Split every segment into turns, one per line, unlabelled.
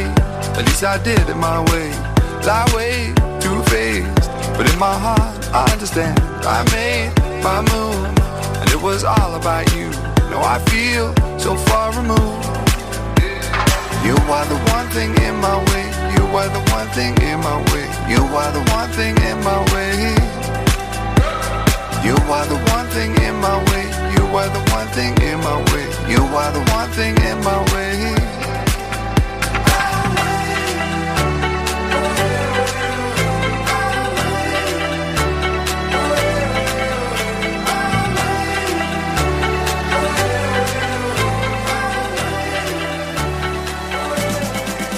At least I did it my way. Lie way too phased. But in my heart, I understand. I made my move. And it was all about you. Now I feel so far removed. You are the one thing in my way. You are the one thing in my way. You are the one thing in my way. You are the one thing in my way. You are the one thing in my way. You are the one thing in my way.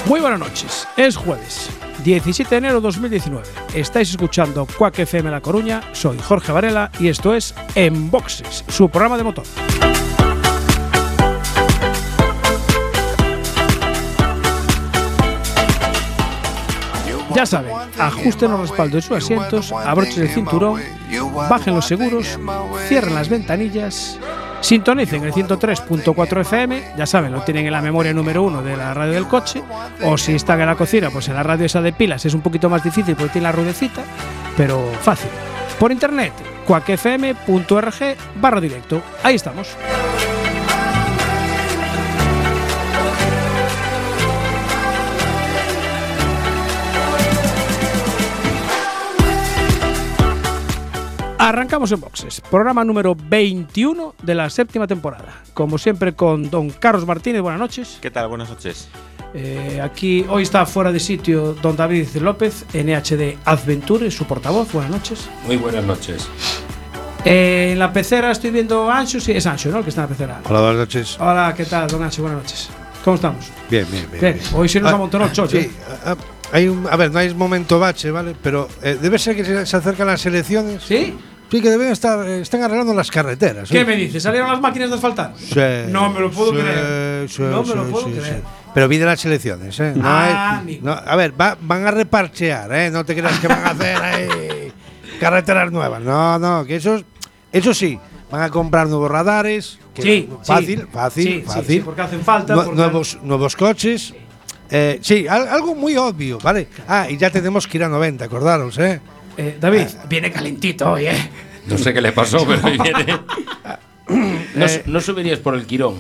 Muy buenas noches, es jueves, 17 de enero de 2019. Estáis escuchando Quack FM La Coruña, soy Jorge Varela y esto es En Boxes, su programa de motor. Ya saben, ajusten los respaldos de sus asientos, abrochen el cinturón, bajen los seguros, cierren las ventanillas, sintonicen el 103.4 FM, ya saben, lo tienen en la memoria número uno de la radio del coche, o si están en la cocina, pues en la radio esa de pilas es un poquito más difícil porque tiene la ruedecita, pero fácil. Por internet, cuacfm.org barra directo, ahí estamos. Arrancamos en boxes, programa número 21 de la séptima temporada. Como siempre con don Carlos Martínez, buenas noches.
¿Qué tal? Buenas noches.
Eh, aquí hoy está fuera de sitio don David López, NHD Adventure, su portavoz, buenas noches.
Muy buenas noches.
Eh, en la pecera estoy viendo a Ancho, sí, es Ancho, ¿no? El que está en la pecera.
Hola, buenas noches.
Hola, ¿qué tal, don Ancho? Buenas noches. ¿Cómo estamos?
Bien, bien, bien.
Bien,
bien.
hoy se nos
Ah,
amontonó el ¿eh? chocho.
Sí, ah, ah, hay un, a ver, no hay momento bache, ¿vale? Pero eh, debe ser que se, se acercan las elecciones.
¿Sí?
Sí, que deben estar, eh, están arreglando las carreteras.
¿Qué
¿eh?
me dices? ¿Salieron las máquinas de asfaltar?
Sí,
No me lo puedo
sí,
creer.
sí,
No me
sí,
lo puedo
sí,
creer.
sí. Pero vi de las elecciones, ¿eh? No
Ah,
hay-
amigo.
no, a ver, va- van a reparchear, ¿eh? No te creas que van a hacer ahí carreteras nuevas. No, no, que esos, eso sí, van a comprar nuevos radares. que
Sí,
Fácil,
sí.
fácil,
Sí, sí,
fácil.
sí, porque hacen falta, porque-
Nuevos, nuevos coches. Eh, sí, al- algo muy obvio, ¿vale? Ah, y ya tenemos que ir a 90, acordaros, ¿eh? Ah,
Eh, David, viene calentito hoy, ¿eh?
No sé qué le pasó, pero ahí viene. No,
Eh.
no subirías por el Quirón.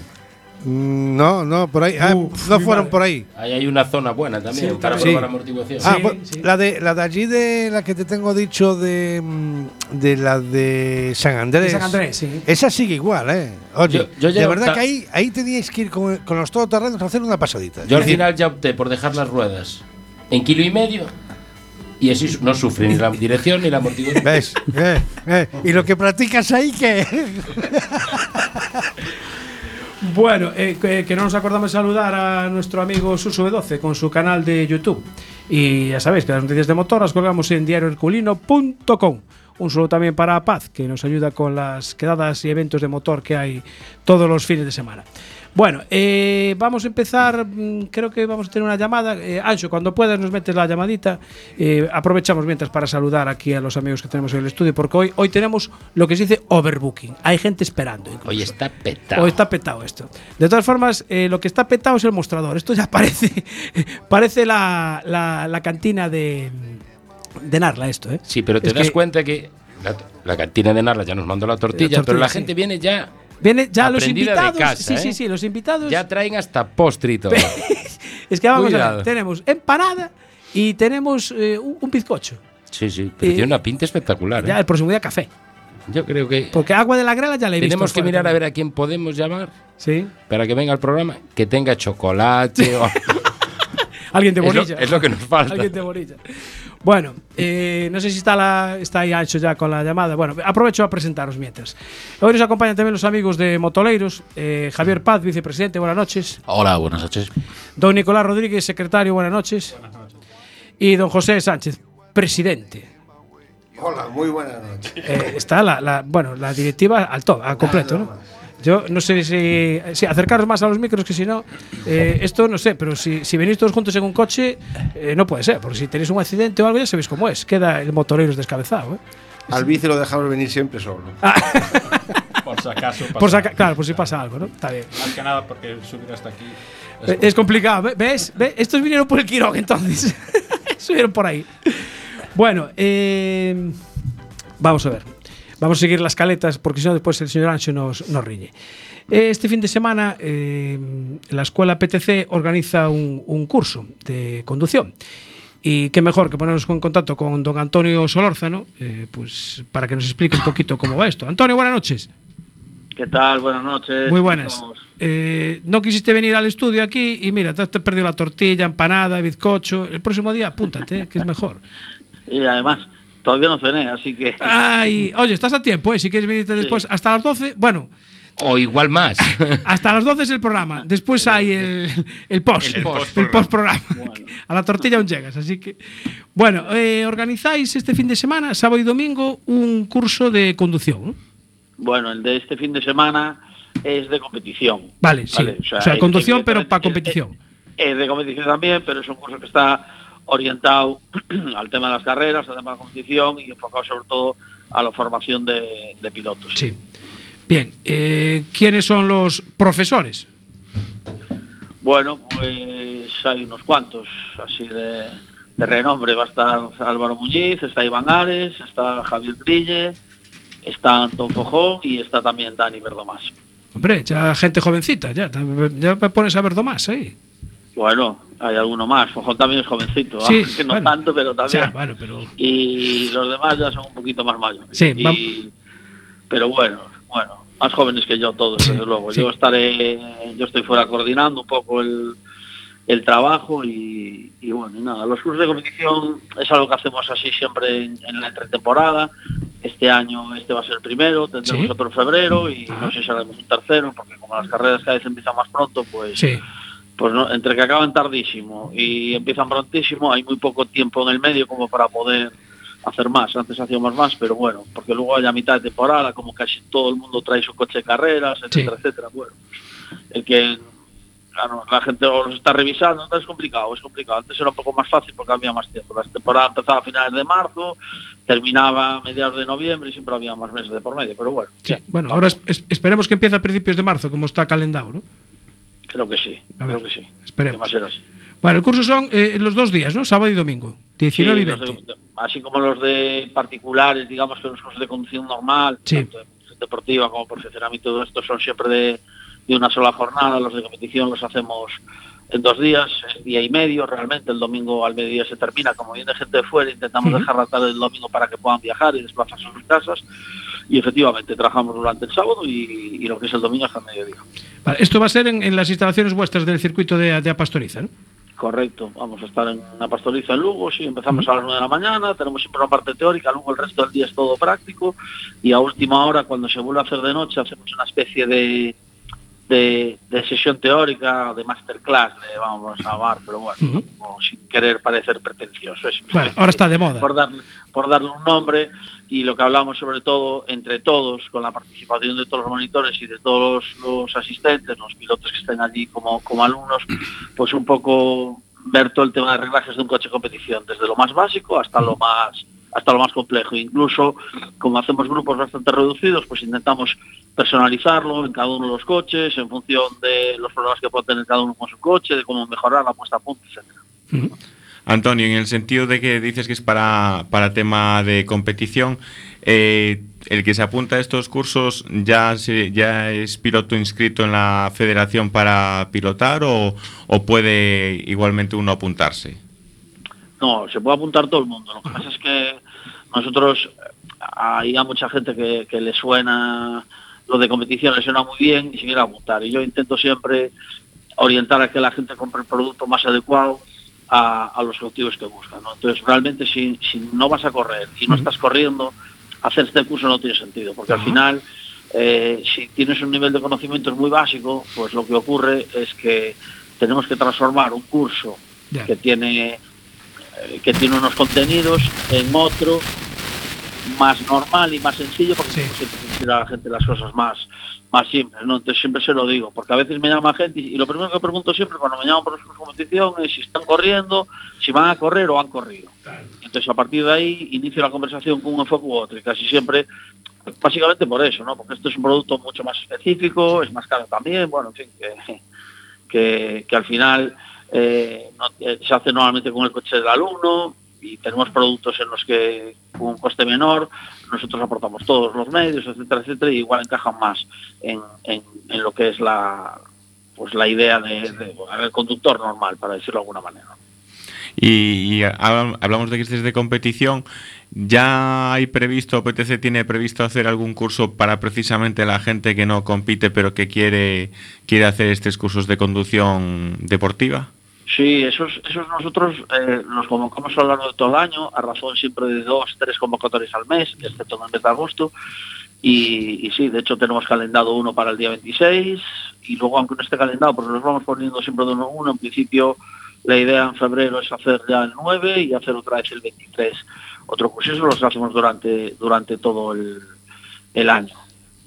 Mm, No, no, por ahí. ah,
Uh,
no
mi
fueron
madre.
por ahí.
Ahí hay una zona buena también
Sí,
para
sí.
probar amortiguación.
Ah,
Sí,
bu-
sí.
La, de, la de allí, de la que te tengo dicho, de, mm, de la de San Andrés.
De San Andrés, sí.
Esa sigue igual, ¿eh? Oye,
Yo- yo
de
llevo
verdad
ta-
que ahí, ahí teníais que ir con, con los todoterrenos a hacer una pasadita.
Yo al
Es decir,
final ya opté por dejar las ruedas en kilo y medio y así su- no sufre ni la dirección ni la amortiguación.
¿Ves? Eh, eh, Y lo que practicas ahí, que.
Bueno, eh, que, que no nos acordamos de saludar a nuestro amigo Susu12 con su canal de YouTube. Y ya sabéis que las noticias de motor las colgamos en diarioherculino.com. Un saludo también para Paz, que nos ayuda con las quedadas y eventos de motor que hay todos los fines de semana. Bueno, eh, vamos a empezar. mm, Creo que vamos a tener una llamada. Eh, Ancho, cuando puedas nos metes la llamadita. Eh, aprovechamos mientras para saludar aquí a los amigos que tenemos en el estudio, porque hoy, hoy tenemos lo que se dice overbooking. Hay gente esperando. incluso.
Hoy está petado.
O está petado esto. De todas formas, eh, lo que está petado es el mostrador. Esto ya parece, parece la, la- la cantina de, de Narla, esto, ¿eh?
Sí, pero te
Es
das
que
cuenta que la, la cantina de Narla ya nos mandó la tortilla, pero
tortilla,
la
sí.
gente viene ya,
Viene ya los
Aprendida de
invitados.
casa,
sí,
¿eh?
sí, sí, los invitados.
ya traen hasta postrito.
es que vamos a
Cuidado.
ver, tenemos empanada y tenemos eh, un, un bizcocho.
Sí, sí, pero
Eh,
tiene una pinta espectacular. ¿eh?
Ya el próximo día café.
Yo creo que
Porque agua de la grela ya le he
Eh, tenemos
visto
que mirar
fuera
a
también.
ver a quién podemos llamar
Sí.
para que venga al programa, que tenga chocolate o
Alguien de
Es lo-
Bonilla.
es lo que nos falta.
Alguien de Bonilla. Bueno, eh, no sé si está, la, está ahí Ancho ya con la llamada. Bueno, aprovecho a presentaros mientras. Hoy nos acompañan también los amigos de Motoleiros. eh, Javier Paz, vicepresidente, buenas noches.
Hola, buenas noches.
Don Nicolás Rodríguez, secretario, buenas noches. Y don José Sánchez, presidente.
Hola, muy buenas noches.
Eh, está la, la- bueno, la directiva al todo, al completo, ¿no? Yo no sé si, si acercaros más a los micros que si no, eh, esto no sé, pero si, si venís todos juntos en un coche, eh, no puede ser, porque si tenéis un accidente o algo ya sabéis cómo es, queda el motorero descabezado. ¿eh? Ah.
Al bici lo dejamos venir siempre solo.
por
si acaso pasa
Por si aca-
algo.
claro, por si pasa algo, ¿no? Está bien.
Más que nada porque subir hasta aquí.
Eh, Es complicado, ¿ve- ¿ves? ¿Ve? Estos vinieron por el Quirón entonces. Subieron por ahí. Bueno, eh, vamos a ver. Vamos a seguir las caletas porque si no después el señor Ancho nos, nos riñe. Eh, Este fin de semana eh, la escuela PTC organiza un, un curso de conducción. Y qué mejor que ponernos en contacto con don Antonio Solórzano eh, pues, para que nos explique un poquito cómo va esto. Antonio, buenas noches.
¿Qué tal? Buenas noches.
Muy buenas.
¿Cómo estamos?
Eh, no quisiste venir al estudio aquí y mira, te has perdido la tortilla, empanada, bizcocho. El próximo día apúntate, eh, que es mejor.
Y además, todavía no cené, así que...
Ay, oye, estás a tiempo, eh, si quieres venirte después hasta las 12. Bueno,
O igual más.
hasta las 12 es el programa. Después hay el, el post.
El post.
el post-programa. A la tortilla aún llegas. Así que. Bueno, eh, organizáis este fin de semana, sábado y domingo, un curso de conducción.
Bueno, el de este fin de semana es de competición.
Vale, sí. O sea,
es-
conducción, pero
evidentemente,
pa'
es-
competición.
Es, es de competición también, pero es un curso que está orientado al tema de las carreras, al tema de la competición y enfocado sobre todo a la formación de, de pilotos.
Sí. Bien, eh, ¿quiénes son los profesores?
Bueno, pues hay unos cuantos así de, de renombre. Va a estar Álvaro Muñiz, está Iván Ares, está Javier Grille, está Antón Fojón y está también Dani Verdomás.
Hombre, ya gente jovencita, ya, ya me pones a ver más ahí.
Bueno, hay alguno más. Fojón también es jovencito,
Sí,
aunque no
bueno.
tanto, pero
O sea,
también.
bueno, pero.
Y los demás ya son un poquito más mayores.
Sí,
Y-
vam-
pero bueno, bueno, más jóvenes que yo todos,
Sí,
desde luego.
sí.
Yo estaré, yo estoy fuera coordinando un poco el, el trabajo y, y bueno, y nada, los cursos de competición es algo que hacemos así siempre en, en la entretemporada. Este año este va a ser el primero, tendremos
Sí.
otro en febrero y
Ajá.
no sé si haremos un tercero, porque como las carreras cada vez empiezan más pronto, pues
Sí,
pues no, entre que acaban tardísimo y empiezan prontísimo, hay muy poco tiempo en el medio como para poder hacer más. Antes hacíamos más, pero bueno, porque luego hay a mitad de temporada, como casi todo el mundo trae su coche de carreras, etcétera, etcétera. Bueno, el que claro, la gente o los está revisando, entonces es complicado, es complicado. Antes era un poco más fácil porque había más tiempo. La temporada empezaba a finales de marzo, terminaba a mediados de noviembre y siempre había más meses de por medio, pero bueno,
sí. Bueno, ahora es- es- esperemos que empiece a principios de marzo, como está calendado, ¿no?
creo que sí,
A ver,
creo que sí.
esperemos.
Que va a ser así.
Bueno, el curso son eh, los dos días, ¿no? Sábado y domingo,
Sí,
19 y
los de-
20.
así como los de particulares, digamos que los cursos de conducción normal,
Sí.
tanto de conducción deportiva como perfeccionamiento, todo esto son siempre de, de una sola jornada, los de competición los hacemos en dos días, es día y medio realmente, el domingo al mediodía se termina, como viene gente de fuera, intentamos
Ujú.
dejar la tarde del domingo para que puedan viajar y desplazarse a sus casas, y efectivamente trabajamos durante el sábado y, y lo que es el domingo hasta el mediodía.
Vale, esto va a ser en, en las instalaciones vuestras del circuito de, de Apastoriza, ¿no?
Correcto, vamos a estar en una pastoriza en Lugo, sí, empezamos a las 9 de la mañana, tenemos siempre una parte teórica, luego el resto del día es todo práctico y a última hora, cuando se vuelve a hacer de noche, hacemos una especie de, de, de sesión teórica, de masterclass, le vamos a llamar, pero bueno,
Ujú.
como sin querer parecer pretencioso. es-
Bueno, ahora está de moda.
Por darle, por darle un nombre y lo que hablamos sobre todo entre todos, con la participación de todos los monitores y de todos los, los asistentes, los pilotos que estén allí como, como alumnos, pues un poco ver todo el tema de reglajes de un coche de competición, desde lo más básico hasta lo más hasta lo más complejo. Incluso, como hacemos grupos bastante reducidos, pues intentamos personalizarlo en cada uno de los coches, en función de los problemas que pueda tener cada uno con su coche, de cómo mejorar la puesta a punto, etc.
Antonio, en el sentido de que dices que es para, para tema de competición, eh, el que se apunta a estos cursos ya, se- ya es piloto inscrito en la federación para pilotar o, o puede igualmente uno apuntarse.
No, se puede apuntar todo el mundo. Lo que pasa es que nosotros, eh, hay a mucha gente que, que le suena lo de competición, le suena muy bien y se quiere apuntar. Y yo intento siempre orientar a que la gente compre el producto más adecuado a, a los objetivos que busca. ¿no? Entonces, realmente, si, si no vas a correr y no estás corriendo, hacer este curso no tiene sentido, porque al final, eh, si tienes un nivel de conocimientos muy básico, pues lo que ocurre es que tenemos que transformar un curso
Ya.
que tiene eh, que tiene unos contenidos en otro más normal y más sencillo porque
Sí.
siempre se tira a la gente las cosas más más simples no entonces siempre se lo digo porque a veces me llama gente y y lo primero que pregunto siempre cuando me llaman por sus competiciones si están corriendo si van a correr o han corrido entonces a partir de ahí inicio la conversación con un enfoque u otro y casi siempre básicamente por eso, ¿no? Porque esto es un producto mucho más específico, es más caro también, bueno, en fin, que, que, que al final eh, no- eh, se hace normalmente con el coche del alumno y tenemos productos en los que con un coste menor nosotros aportamos todos los medios, etcétera, etcétera, y igual encajan más en, en- en lo que es la pues la idea de, de- a ver, el conductor normal, para decirlo de alguna manera.
Y, y habla- hablamos de clases de competición. ¿Ya hay previsto, PTC tiene previsto hacer algún curso para precisamente la gente que no compite pero que quiere, quiere hacer estos cursos de conducción deportiva?
Sí, esos, esos nosotros eh, los convocamos a lo largo de todo el año, a razón siempre de dos, tres convocatorias al mes, excepto en el mes de agosto. Y, y sí, de hecho tenemos calendado uno para el día 26 y luego aunque no esté calendado, porque los vamos poniendo siempre de uno a uno, en principio la idea en febrero es hacer ya el 9 y hacer otra vez el 23 otro curso. Eso los hacemos durante, durante todo el, el año,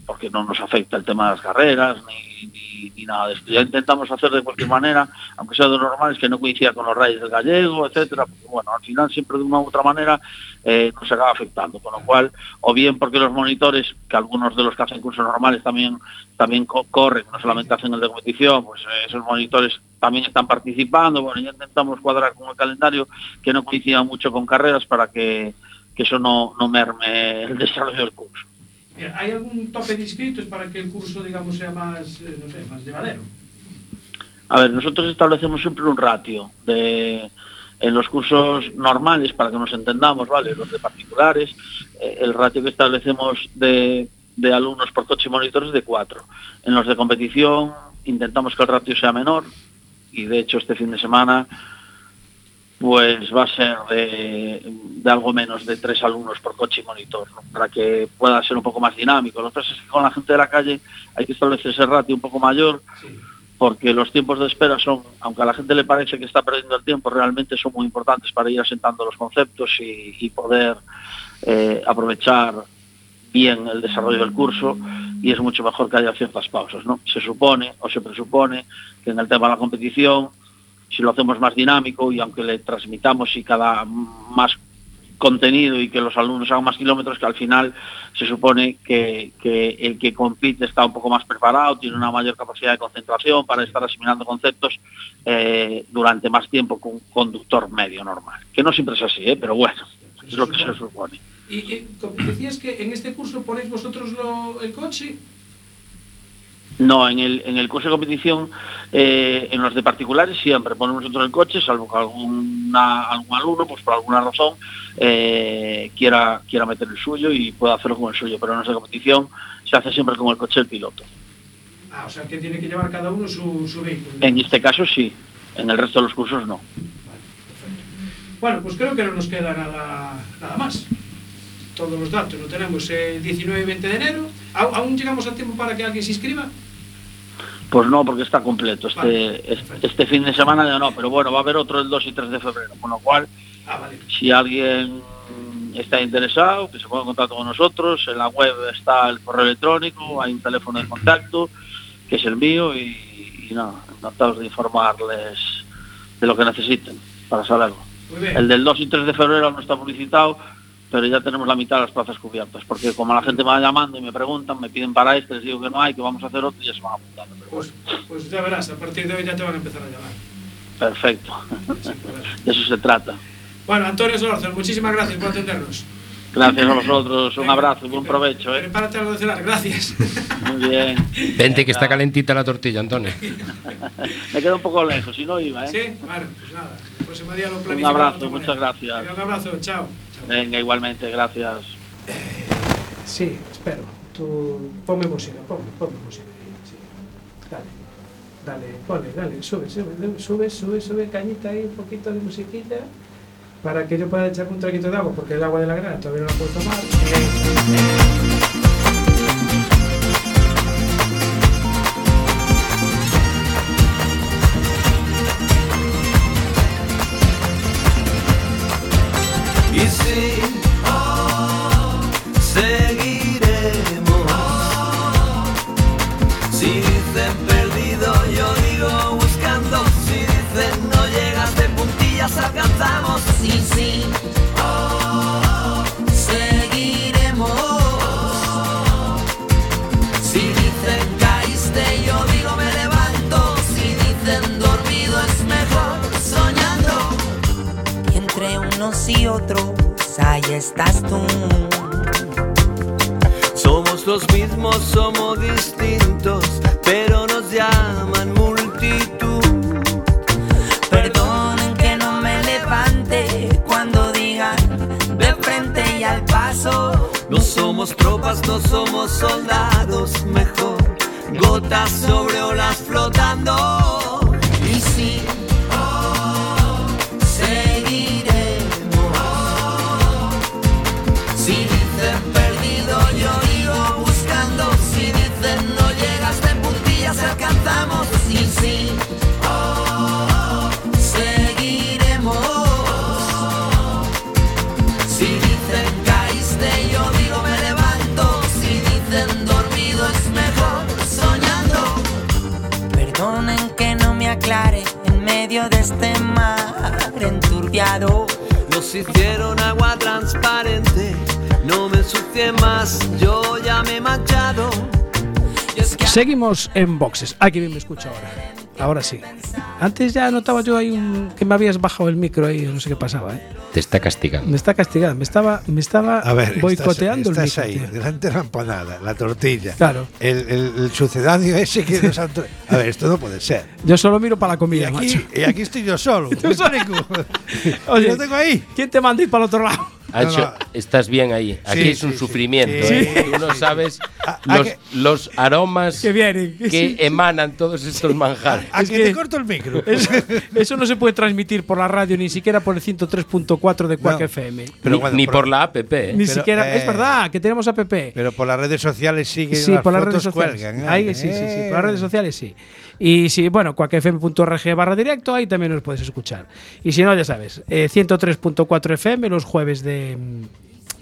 porque no nos afecta el tema de las carreras ni, ni- ni nada de esto. Ya intentamos hacer de cualquier manera, aunque sea de lo normal, es que no coincida con los reyes del gallego, etcétera. porque, bueno, al final siempre de una u otra manera eh, nos acaba afectando, con lo cual, o bien porque los monitores, que algunos de los que hacen cursos normales también también co- corren, no solamente hacen el de competición, pues eh, esos monitores también están participando. Bueno, ya intentamos cuadrar con el calendario que no coincida mucho con carreras para que, que eso no, no merme el desarrollo del curso.
¿Hay algún tope de inscritos para que el curso, digamos, sea más, eh, no sé, más llevadero?
A ver, nosotros establecemos siempre un ratio de en los cursos normales, para que nos entendamos, ¿vale? Los de particulares, eh, el ratio que establecemos de, de alumnos por coche y monitores es de 4. En los de competición intentamos que el ratio sea menor y de hecho este fin de semana pues va a ser de, de algo menos de tres alumnos por coche y monitor, ¿no? para que pueda ser un poco más dinámico. Lo que pasa es que con la gente de la calle hay que establecer ese ratio un poco mayor porque los tiempos de espera son, aunque a la gente le parece que está perdiendo el tiempo, realmente son muy importantes para ir asentando los conceptos y, y poder eh, aprovechar bien el desarrollo del curso y es mucho mejor que haya ciertas pausas. ¿no? Se supone o se presupone que en el tema de la competición, si lo hacemos más dinámico y aunque le transmitamos y cada más contenido y que los alumnos hagan más kilómetros, que al final se supone que, que el que compite está un poco más preparado, tiene una mayor capacidad de concentración para estar asimilando conceptos eh, durante más tiempo que un conductor medio normal. Que no siempre es así, ¿eh? pero bueno, es lo que se supone.
Y, y, co- decías que en este curso ponéis vosotros lo- el coche.
No, en el, en el curso de competición, eh, en los de particulares siempre ponemos nosotros el coche, salvo que alguna, algún alumno, pues por alguna razón, eh, quiera, quiera meter el suyo y pueda hacerlo con el suyo, pero en los de competición se hace siempre con el coche del piloto.
Ah, o sea que tiene que llevar cada uno su, su vehículo.
En este caso sí, en el resto de los cursos no.
Bueno, pues creo que no nos queda nada, nada más. Todos los datos lo tenemos el 19 y 20 de enero. ¿Au- ¿Aún llegamos a tiempo para que alguien se inscriba?
Pues no, porque está completo. Este,
Vale,
es- este fin de semana ya no, pero bueno, va a haber otro el 2 y 3 de febrero, con lo cual,
Ah, vale.
si alguien está interesado, que se ponga en contacto con nosotros, en la web está el correo electrónico, hay un teléfono de contacto, que es el mío, y, y nada, encantados de informarles de lo que necesiten para saberlo.
Muy bien.
El del 2 y 3 de febrero no está publicitado, pero ya tenemos la mitad de las plazas cubiertas, porque como la gente me va llamando y me preguntan, me piden para este, les digo que no hay, que vamos a hacer otro y ya se van apuntando. Pero bueno,
Pues, pues ya verás, a partir de hoy ya te van a empezar a llamar.
perfecto,
sin problema.
de eso se trata.
bueno, Antonio Solórzano, muchísimas gracias por atendernos.
Gracias a vosotros, un abrazo, buen provecho. ¿eh?
Prepárate algo de cenar, gracias.
Muy bien.
Vente que está calentita la tortilla, Antonio.
Me quedo un poco lejos, si no iba, ¿eh?
Sí, bueno, pues nada. El próximo día lo planificamos.
Un abrazo,
de otra
muchas
manera.
gracias.
Venga, Un abrazo, chao. Chao.
Venga, igualmente, gracias.
Sí, espero. Tú ponme música, ponme, ponme música. Sí. Dale, dale, ponle, dale, sube, sube, sube, sube, sube, sube, cañita ahí, un poquito de musiquita para que yo pueda echarme un traquito de agua, porque el agua de la grana todavía no la puedo tomar.
Y sí, oh, seguiremos. Si dicen perdido, yo digo buscando. Si dicen no llegas de puntillas, alcanzamos. Oh, Sí, sí, seguiremos.
y otros, ahí estás tú.
Somos los mismos, somos distintos, pero nos llaman multitud.
Perdonen que no me levante cuando digan de frente y al paso.
No somos tropas, no somos soldados, mejor gotas sobre olas flotando.
Y oh, si
seguiremos.
Si
dicen perdido, yo digo buscando. Si dicen no llegaste puntillas, alcanzamos. oh,
Y si
seguiremos. Si dicen caíste, yo digo me levanto. Si dicen dormido es mejor soñando.
Perdonen que no me aclare en medio de este mar enturbiado.
Nos hicieron agua transparente. No me ensucié más, yo ya me he manchado.
Seguimos en boxes. Ah, que bien me escucha ahora. Ahora sí. Antes ya notaba yo ahí un- que me habías bajado el micro ahí, no sé qué pasaba. ¿eh?
Te está castigando.
Me está castigando, me estaba, me estaba
A ver,
boicoteando
estás, estás
el
ahí,
micro. tío.
delante de la empanada, la tortilla.
Claro.
El, el, el sucedáneo ese que nos han tra- A ver, esto no puede ser.
Yo solo miro para la
Y
comida,
aquí,
macho.
y aquí estoy yo solo.
Tú solo.
yo tengo ahí.
¿Quién te manda ir para el otro lado?
Ancho,
No, no.
estás bien ahí. Aquí
Sí,
es un
sí, sí.
sufrimiento.
Sí,
¿eh?
sí,
Tú no
sí.
sabes
A- a
los,
que-
los aromas
Ah, Que vienen. que
que
sí.
emanan todos estos manjares.
A
Es
que,
que-
te corto el micro.
Eso, eso no se puede transmitir por la radio, ni siquiera por el 103.4 de Quack
No.
FM.
Pero
ni
bueno,
ni
pero-
por la APP. ¿eh?
Ni
Pero,
siquiera.
eh,
es verdad que tenemos app.
Pero por las redes sociales sí que
Sí,
las
por las redes
fotos
sociales.
cuelgan.
ahí
¿eh?
sí, sí, sí.
Eh.
Por las redes sociales sí. Y sí, bueno, cuacfm.org barra directo, ahí también nos puedes escuchar. Y si no, ya sabes, eh, 103.4 FM los jueves de mm,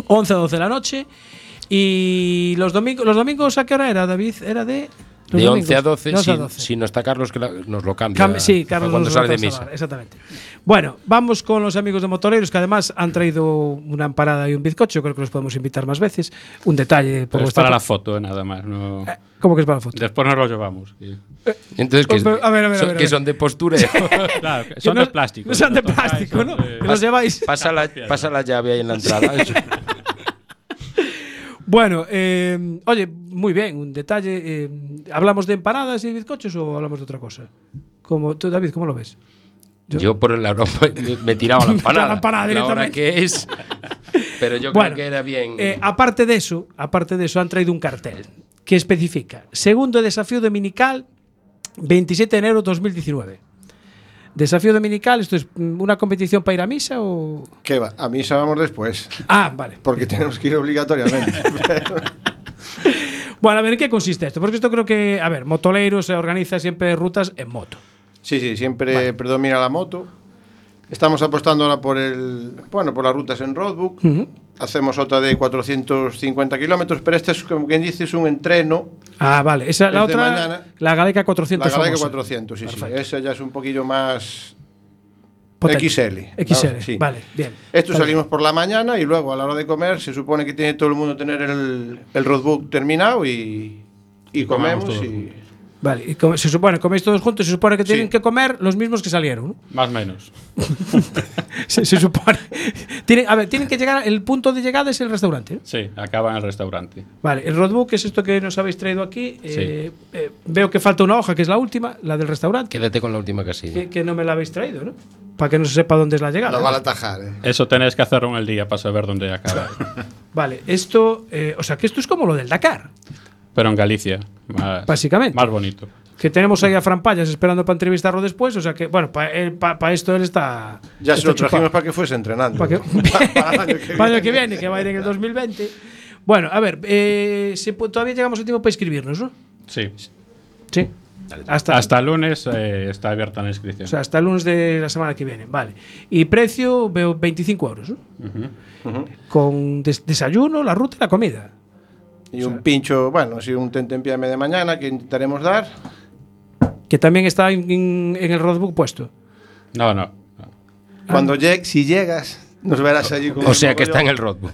11 a 12 de la noche. Y los domingos, los domingos ¿a qué hora era, David? Era de. los
De
domingos,
11 a 12,
de 11 a
si,
12.
si no está Carlos, que la- nos lo cambia.
Cam- sí, Carlos
cuando
nos
sale de
va a
misa.
salvar, Exactamente. Bueno, vamos con los amigos de Motoreros que además han traído una empanada y un bizcocho. Creo que los podemos invitar más veces. Un detalle por
Pero es
vuestra
para la
parte.
foto, eh, nada más. No.
Eh, ¿Cómo que es para la foto?
Después nos lo llevamos.
Entonces, que,
Oh, pero, a ver, a ver, a
son,
ver, a
que
ver.
son de postura.
Claro, que
Que
son
no-
de plástico.
no Son de
Los tocáis,
plástico,
son
¿no?
de-
Que los lleváis.
pasa, la, pasa la llave ahí en la entrada.
Bueno, eh, oye, muy bien, un detalle. eh, ¿Hablamos de empanadas y bizcochos o hablamos de otra cosa? Como, tú, David, ¿cómo lo ves?
Yo, por el aroma me- me tiraba la empanada.
La empanada
la hora
directamente.
que es. Pero yo creo que era bien.
eh, aparte de eso, aparte de eso, han traído un cartel que especifica segundo desafío dominical, 27 de enero 2019. Desafío dominical, esto es mm, una competición para ir a misa o
¿Qué va? A misa vamos después.
ah, vale.
Porque tenemos que ir obligatoriamente.
Bueno, a ver, ¿en qué consiste esto? Porque esto creo que, a ver, Motoleiros se organiza siempre rutas en moto.
sí, sí, siempre predomina la moto. Estamos apostando ahora por el, bueno, por las rutas en roadbook. Hacemos otra de 450 kilómetros, pero este es como quien dice es un entreno
Ah, vale. Esa, la
Desde
otra,
mañana.
la Galeca 400.
La Galaxy
famosa.
400, sí,
Perfecto.
sí. Esa ya es un poquillo más
Potente.
XL.
XL,
¿no? Ah, Sí.
vale, bien.
Esto
Vale.
salimos por la mañana y luego a la hora de comer se supone que tiene todo el mundo tener el, el roadbook terminado y, y
comamos
comemos.
todos
Y,
juntos.
Vale, y como- se supone, coméis todos juntos, se supone que
Sí.
tienen que comer los mismos que salieron. ¿no?
Más o menos.
Se, se supone. tienen, a ver, tienen que llegar, el punto de llegada es el restaurante. ¿no?
Sí, acaba en el restaurante.
Vale, el roadbook es esto que nos habéis traído aquí. Eh, eh, veo que falta una hoja, que es la última, la del restaurante,
Quédate con la última casilla.
que, que no me la habéis traído, ¿no? Para que no se sepa dónde es la llegada.
Lo van a atajar. ¿eh?
Eso tenéis que hacerlo en el día para saber dónde acaba.
Vale, esto, eh, o sea, que esto es como lo del Dakar,
Pero en Galicia. Más,
Básicamente.
Más bonito.
que tenemos ahí a Fran Payas esperando para entrevistarlo después, o sea que, bueno, para esto él está...
Ya se
está
lo trajimos
chupado.
para que fuese entrenando.
Para que,
Para el año que
para el año que
viene.
viene, que va a ir en el 2020. Bueno, a ver, eh, se pu- todavía llegamos al tiempo para inscribirnos, ¿no?
Sí.
Sí. Hasta,
Hasta el lunes eh, está abierta la
o
inscripción.
sea, hasta el lunes de la semana que viene, vale. Y precio, veo 25 euros, ¿no? Con des- desayuno, la ruta y la comida.
Y un pincho, bueno, sí, un tentempiame de mañana que intentaremos dar.
Que también está en, en- en el roadbook puesto.
no, Ah, no.
Cuando
Ah.
llegues, si llegas, nos verás allí con
o
el
sea que
mogollón.
está en el roadbook.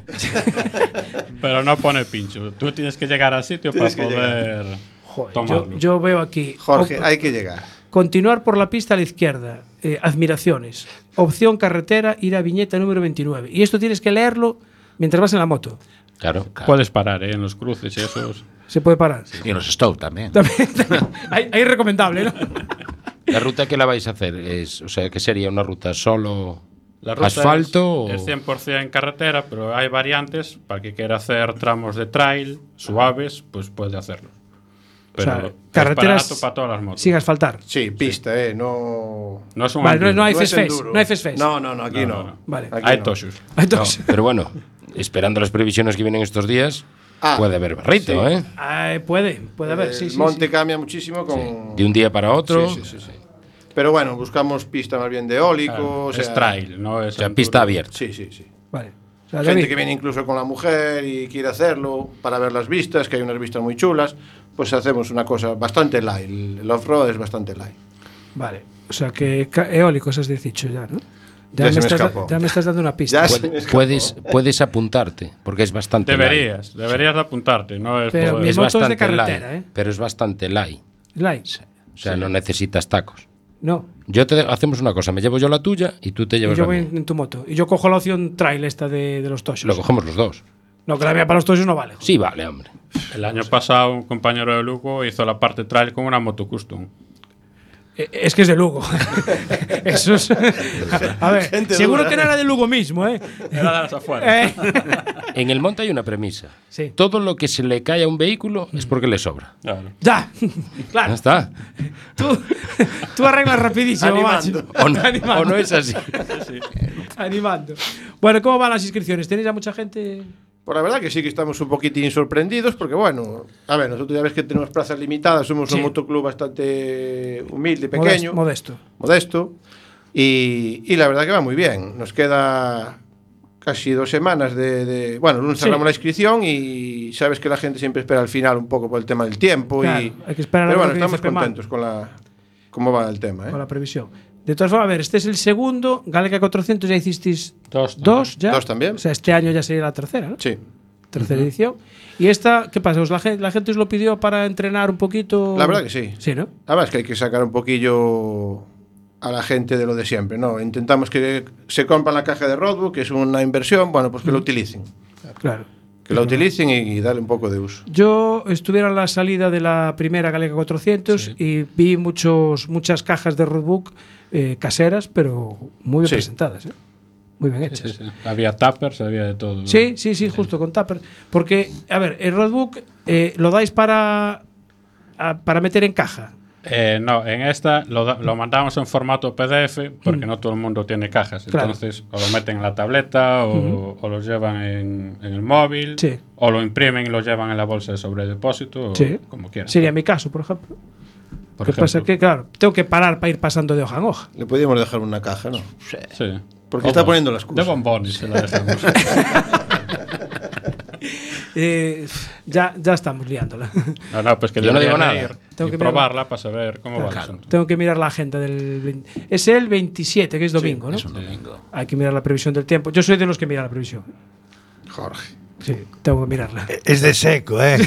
Pero no pone pincho. Tú tienes que llegar al sitio
Tienes
para
que
poder
Joder, yo,
tomarlo.
yo veo aquí.
Jorge,
op-
hay que llegar.
Continuar por la pista a la izquierda. eh, admiraciones. Opción carretera, ir a viñeta número 29. Y esto tienes que leerlo mientras vas en la moto.
Claro.
Puedes parar, ¿eh? En los cruces y esos.
Se puede parar.
Y en los Stow Pues también.
Ahí ahí es recomendable, ¿no?
La ruta que la vais a hacer es, o sea, que sería una ruta solo
La ruta
asfalto
es,
o-
es 100% en carretera, pero hay variantes. Para que quiera hacer tramos de trail suaves, pues puede hacerlo.
O
Pero
sea,
es
carreteras
barato para todas las motos.
sin asfaltar.
Sí, pista, ¿eh? No.
No es un
Vale, no-
enduro.
no hay
es
fest fest,
enduro.
no hay fest fest.
No, no, no, aquí no.
Vale.
Aquí
Hay
no.
toshus.
No, pero bueno, esperando las previsiones que vienen estos días,
Ah,
puede haber barrito,
sí.
¿eh?
Ah, puede, puede haber, sí,
el
sí.
monte
sí.
cambia muchísimo con.
De un día para otro.
Sí, sí, sí, sí. Pero bueno, buscamos pista más bien de eólico. o sea,
es trail, no es
O sea,
enduro.
pista abierta.
Sí, sí, sí.
Vale. O sea,
Gente
David,
que viene incluso con la mujer y quiere hacerlo para ver las vistas, que hay unas vistas muy chulas. Pues hacemos una cosa bastante light. El off-road es bastante light.
Vale. O sea, que ca- eólicos has dicho ya, ¿no?
Ya
Ya, me
se me
estás, da-
escapó.
ya me estás dando una pista.
Ya se me
Puede-
escapó.
puedes, puedes apuntarte, porque es bastante light.
Deberías, deberías de apuntarte. No es
Pero
por-
mi
Es
moto es de
bastante
carretera,
light,
¿eh?
pero es bastante light.
Like.
O sea, no necesitas tacos.
No.
Yo te hacemos una cosa, me llevo yo la tuya y tú te
Y
llevas
yo
la
voy
mía.
en en tu moto. Y yo cojo la opción trail esta de, de los toshos.
Lo cogemos los dos.
No, que la mía para los toshos no vale.
Sí, vale, hombre.
El año pasado un compañero de Lugo hizo la parte trail con una moto custom.
Eh, Es que es de Lugo. Eso es. A ver,
Gente
seguro
dura.
que no era de Lugo mismo, ¿eh?
Era de las afueras.
Eh,
En el monte hay una premisa.
Sí. Mm.
Todo lo que se le cae a un vehículo es porque le sobra.
Claro.
Ya,
Ya
claro.
está.
Tú, tú arreglas rapidísimo, macho.
O no,
Animando.
o no es así.
Animando. Bueno, ¿cómo van las inscripciones? ¿Tenéis a mucha gente?
Pues la verdad que sí que estamos un poquitín sorprendidos porque, bueno, a ver, nosotros ya ves que tenemos plazas limitadas, somos
Sí.
un motoclub bastante humilde, pequeño, modesto.
Modesto. modesto.
y, y la verdad que va muy bien. Nos queda casi dos semanas de... de- bueno, el lunes
Sí.
cerramos la inscripción y sabes que la gente siempre espera al final un poco por el tema del tiempo. y,
Claro, hay que esperar a
pero
ver
bueno,
lo que dice
estamos
Pemán.
contentos con la... ¿Cómo va el tema? eh.
Con la previsión. De todas formas, a ver, este es el segundo. Galega 400 ya hicisteis
Dos.
dos, ya.
Dos también.
O sea, este año ya sería la tercera, ¿no?
Sí.
Tercera edición. ¿Y esta qué pasa? ¿Os la, gen- la gente os lo pidió para entrenar un poquito?
La verdad que sí.
Sí, ¿no?
Además que hay que sacar un poquillo a la gente de lo de siempre, ¿no? Intentamos que se compran la caja de roadbook, que es una inversión, bueno, pues que lo utilicen.
Claro.
Que la utilicen y, y darle un poco de uso.
Yo estuviera en la salida de la primera Galega 400 y vi muchos, muchas cajas de roadbook eh, caseras, pero muy bien
Sí.
presentadas. ¿eh? Muy bien hechas.
Sí, sí. Había tappers, había de todo.
Sí, sí, sí, justo con Tupper. Porque, a ver, el roadbook eh, lo dais para, a- para meter en caja.
Eh, no, en esta lo, da- lo mandamos en formato PDF
Mm.
porque no todo el mundo tiene cajas.
Claro.
Entonces, o lo meten en la tableta o, o lo llevan en, en el móvil
Sí.
o lo imprimen y lo llevan en la bolsa de sobredepósito o
Sí.
como quieran.
Sería mi caso, por ejemplo.
Por
Lo que pasa
ejemplo.
que, claro, tengo que parar para ir pasando de hoja en hoja.
Le podíamos dejar una caja, ¿no?
Sí.
Porque está
Ojo,
poniendo las cosas.
De bombones se la dejamos.
Eh, ya, ya estamos liándola.
no, no, pues que
Yo no digo
deberían
nada.
ir
Tengo
y
que mirar-
probarla para saber cómo va el asunto.
tengo que mirar la agenda del... 20 Es el 27, que es domingo, ¿no?
Es un domingo.
Hay que mirar la previsión del tiempo. Yo soy de los que mira la previsión.
Jorge.
Sí, tengo que mirarla.
Es de seco, ¿eh?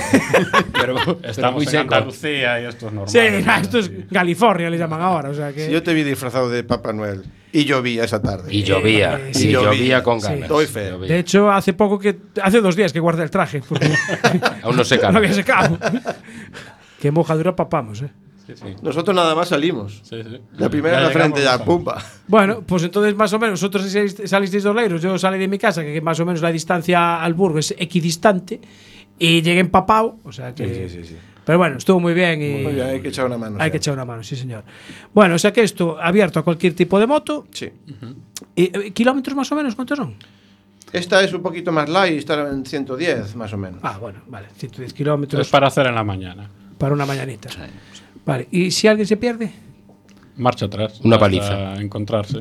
Pero, pero
Estamos
muy
en
seco.
Andalucía y esto es normal.
Sí,
¿no?
esto es California, le llaman ahora. O sea que...
Si yo te vi disfrazado de Papá Noel y llovía esa tarde.
Y llovía,
Eh,
y
sí.
llovía con
Sí.
ganas.
Doy fe.
Llovía.
De hecho, hace poco que. Hace dos días que guardé el traje. porque
Aún no se
no había
carga.
secado. Qué mojadura papamos, eh.
Sí, sí.
Nosotros nada más salimos.
Sí, sí.
La primera en la
llegamos
frente ya,
bastante.
pumba.
Bueno, pues entonces más o menos vosotros saliste- salisteis dos leiros, yo salí de mi casa, que más o menos la distancia al burgo es equidistante, y llegué empapado, o sea que... Pero bueno, estuvo muy bien y
Muy bien, hay que echar una mano.
hay que echar una mano, sí señor. Bueno, o sea que esto, abierto a cualquier tipo de moto,
Sí.
y, eh, kilómetros más o menos, ¿cuántos son?
Esta es un poquito más light, está en 110 más o menos.
Ah, bueno, vale, 110
Es
kilómetros
para hacer en la mañana.
para una mañanita. Vale, ¿y si alguien se pierde?
Marcha atrás.
Una
hasta
paliza.
Encontrarse.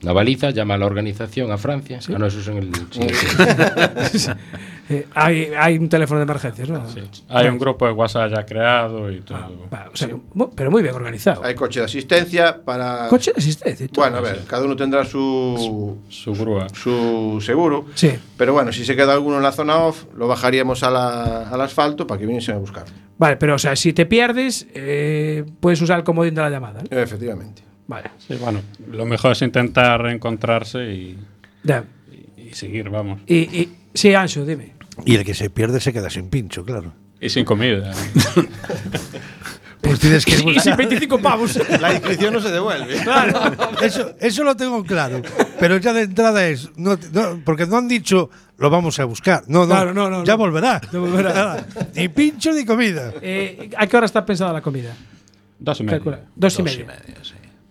La baliza llama a la organización a Francia. Ah, no, eso es en el. sí, sí.
Eh, hay, hay un teléfono de emergencias, ¿no?
Hay un grupo de WhatsApp ya creado y todo.
Va, o sea, que mu- pero muy bien organizado.
Hay coche de asistencia para...
Coche de asistencia. y todo.
Ah. Bueno, a ver, cada uno tendrá su,
Su grúa.
su seguro.
Sí.
Pero bueno, si se queda alguno en la zona off, lo bajaríamos a la- al asfalto para que viniesen a buscar.
Vale, pero o sea, si te pierdes, eh, puedes usar el comodín de la llamada. ¿no?
Efectivamente.
Vale.
Sí, bueno, lo mejor es intentar encontrarse y,
Ya.
y seguir, vamos.
Y, y- sí, Ancho, dime.
Y el que se pierde se queda sin pincho, claro.
Y sin comida.
Pues tienes que
Y sin 25 pavos.
La inscripción no se devuelve.
Claro, eso, eso lo tengo claro. Pero ya de entrada es. No, no, porque no han dicho lo vamos a buscar. No, no.
Claro, no, no,
ya
no.
volverá.
Ya volverá.
Nada, Ni pincho ni comida.
Eh, ¿A qué hora está pensada la comida?
Dos y media.
Calcula. Dos, y media.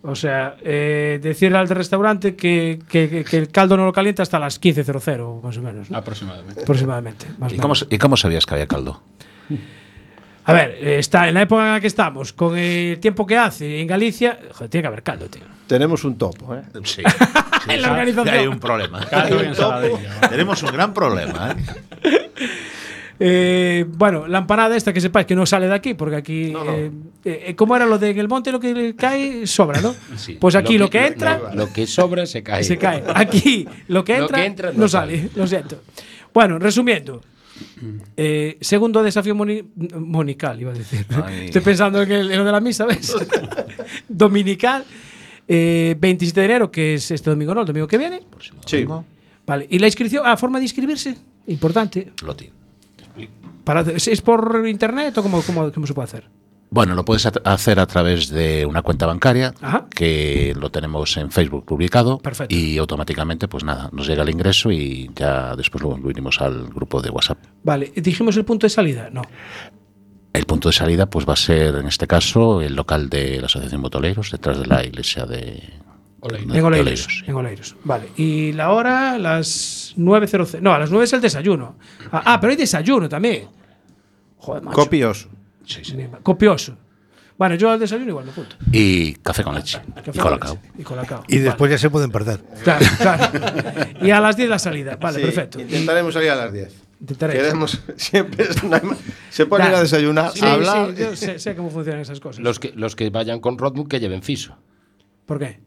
O sea, eh, decirle al del restaurante que, que- que- que el caldo no lo calienta hasta las 15.00, más o menos. ¿no?
Aproximadamente.
Aproximadamente. más o
¿Y
menos.
cómo, ¿Y cómo sabías que había caldo?
A ver, eh, está en la época en la que estamos, con el tiempo que hace en Galicia, joder, tiene que haber caldo, tío.
Tenemos un topo, ¿eh?
Sí.
En la organización.
Hay un problema.
Caldo
Hay
y
un
ensaladilla.
topo. Tenemos un gran problema. ¿eh?
Eh, bueno, la empanada esta que sepáis que no sale de aquí, porque aquí. eh, eh, ¿Cómo era lo de en el monte? Lo que le cae sobra, ¿no?
Sí.
Pues aquí lo que, entra.
Lo, lo que sobra se cae.
se cae. Aquí lo que
Lo
entra,
que entra
no,
no
sale.
sale.
Lo siento. Bueno, resumiendo. eh, segundo desafío moni- monical, iba a decir.
Ay.
Estoy pensando en, el, en lo de la misa, ¿ves? Dominical. eh, 27 de enero, que es este domingo, ¿no? El domingo que viene.
Sí.
Vale. ¿Y la inscripción? Ah, forma de inscribirse. Importante.
Lo tiene.
Para, ¿es, es por internet o cómo, cómo- cómo se puede hacer?
Bueno, lo puedes at- hacer a través de una cuenta bancaria
Ajá.
que lo tenemos en Facebook publicado
Perfecto.
y automáticamente, pues nada, nos llega el ingreso y ya después lo vinimos al grupo de WhatsApp.
Vale. ¿Dijimos el punto de salida? No.
El punto de salida, pues va a ser en este caso el local de la Asociación Botoleiros, detrás de la iglesia de de-
En
de
Oleiros,
Oleiros, sí.
en Oleiros. Vale. Y la hora, las 9.00. No, a las 9 es el desayuno. Ah, ah, pero hay desayuno también. Joder, macho.
Copioso.
Copioso. Bueno, yo al desayuno igual me apunto.
Y café con leche.
Café
y colacao.
leche Ah, Y colacao.
Y después ya se pueden perder.
Vale, Claro,
Pues
claro. Y a las 10 la salida. Vale,
Sí,
perfecto.
Intentaremos salir a las 10.
Intentaré.
Queremos siempre es una- se ponen
Nah.
a desayunar,
Sí,
a hablar.
sí, yo sé, sé cómo funcionan esas cosas.
Los que, los que vayan con Rodbook que lleven fiso.
Pues ¿Por qué?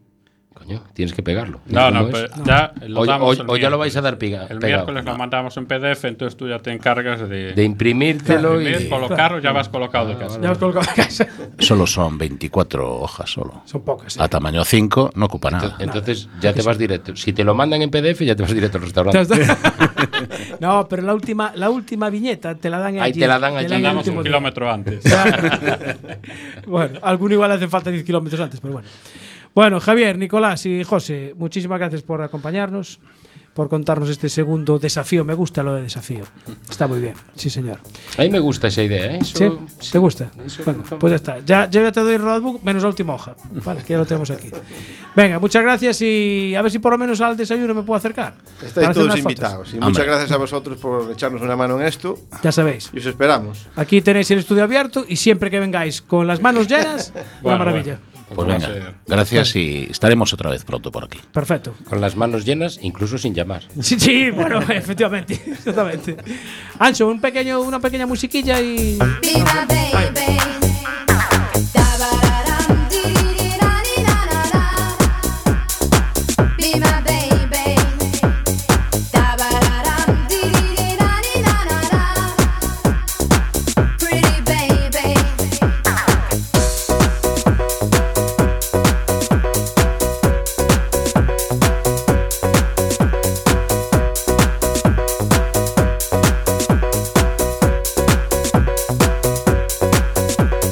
Coño, tienes que pegarlo.
No, no,
¿Cómo es?
pero ya lo
O-
damos
o- o
el
ya lo
miércoles.
vais a dar piga-
El
pegado.
miércoles lo mandamos en PDF, entonces tú ya te encargas de,
De imprimírtelo
imprimir,
y.
colocarlo, ya vas colocado de casa.
Ya os colocado en casa.
Solo son 24 hojas solo.
Son pocas. sí.
A tamaño 5 no ocupa nada.
Entonces ya te vas directo. Si te lo mandan en PDF, ya te vas directo al restaurante.
no, pero la última, la última viñeta te la dan allí.
Ahí te la dan allí.
en el
Andamos
último
un
día.
kilómetro antes.
bueno, alguno igual hacen falta 10 kilómetros antes, pero bueno. Bueno, Javier, Nicolás y José, muchísimas gracias por acompañarnos, por contarnos este segundo desafío. Me gusta lo de desafío. Está muy bien, sí, señor.
A mí me gusta esa idea, ¿eh? Eso-
¿Sí? ¿Te gusta? Bueno, pues ya está. Ya, yo ya te doy el roadbook menos la última hoja. Vale, que ya lo tenemos aquí. Venga, muchas gracias y a ver si por lo menos al desayuno me puedo acercar. para
Estáis
hacer
todos
unas fotos.
invitados. Y
Hombre.
muchas gracias a vosotros por echarnos una mano en esto.
Ya sabéis.
Y os esperamos.
Aquí tenéis el estudio abierto y siempre que vengáis con las manos llenas, una
Bueno,
maravilla.
bueno,
Pues
va a
venga,
ser.
gracias y estaremos otra vez pronto por aquí.
Perfecto.
Con las manos llenas, incluso sin llamar.
Sí, sí, bueno, efectivamente, exactamente. Ancho, un pequeño, una pequeña musiquilla y.
Viva baby, tabararán, tirirarararará. Viva baby, tabararán, tirirarararará. Pretty baby.
Viva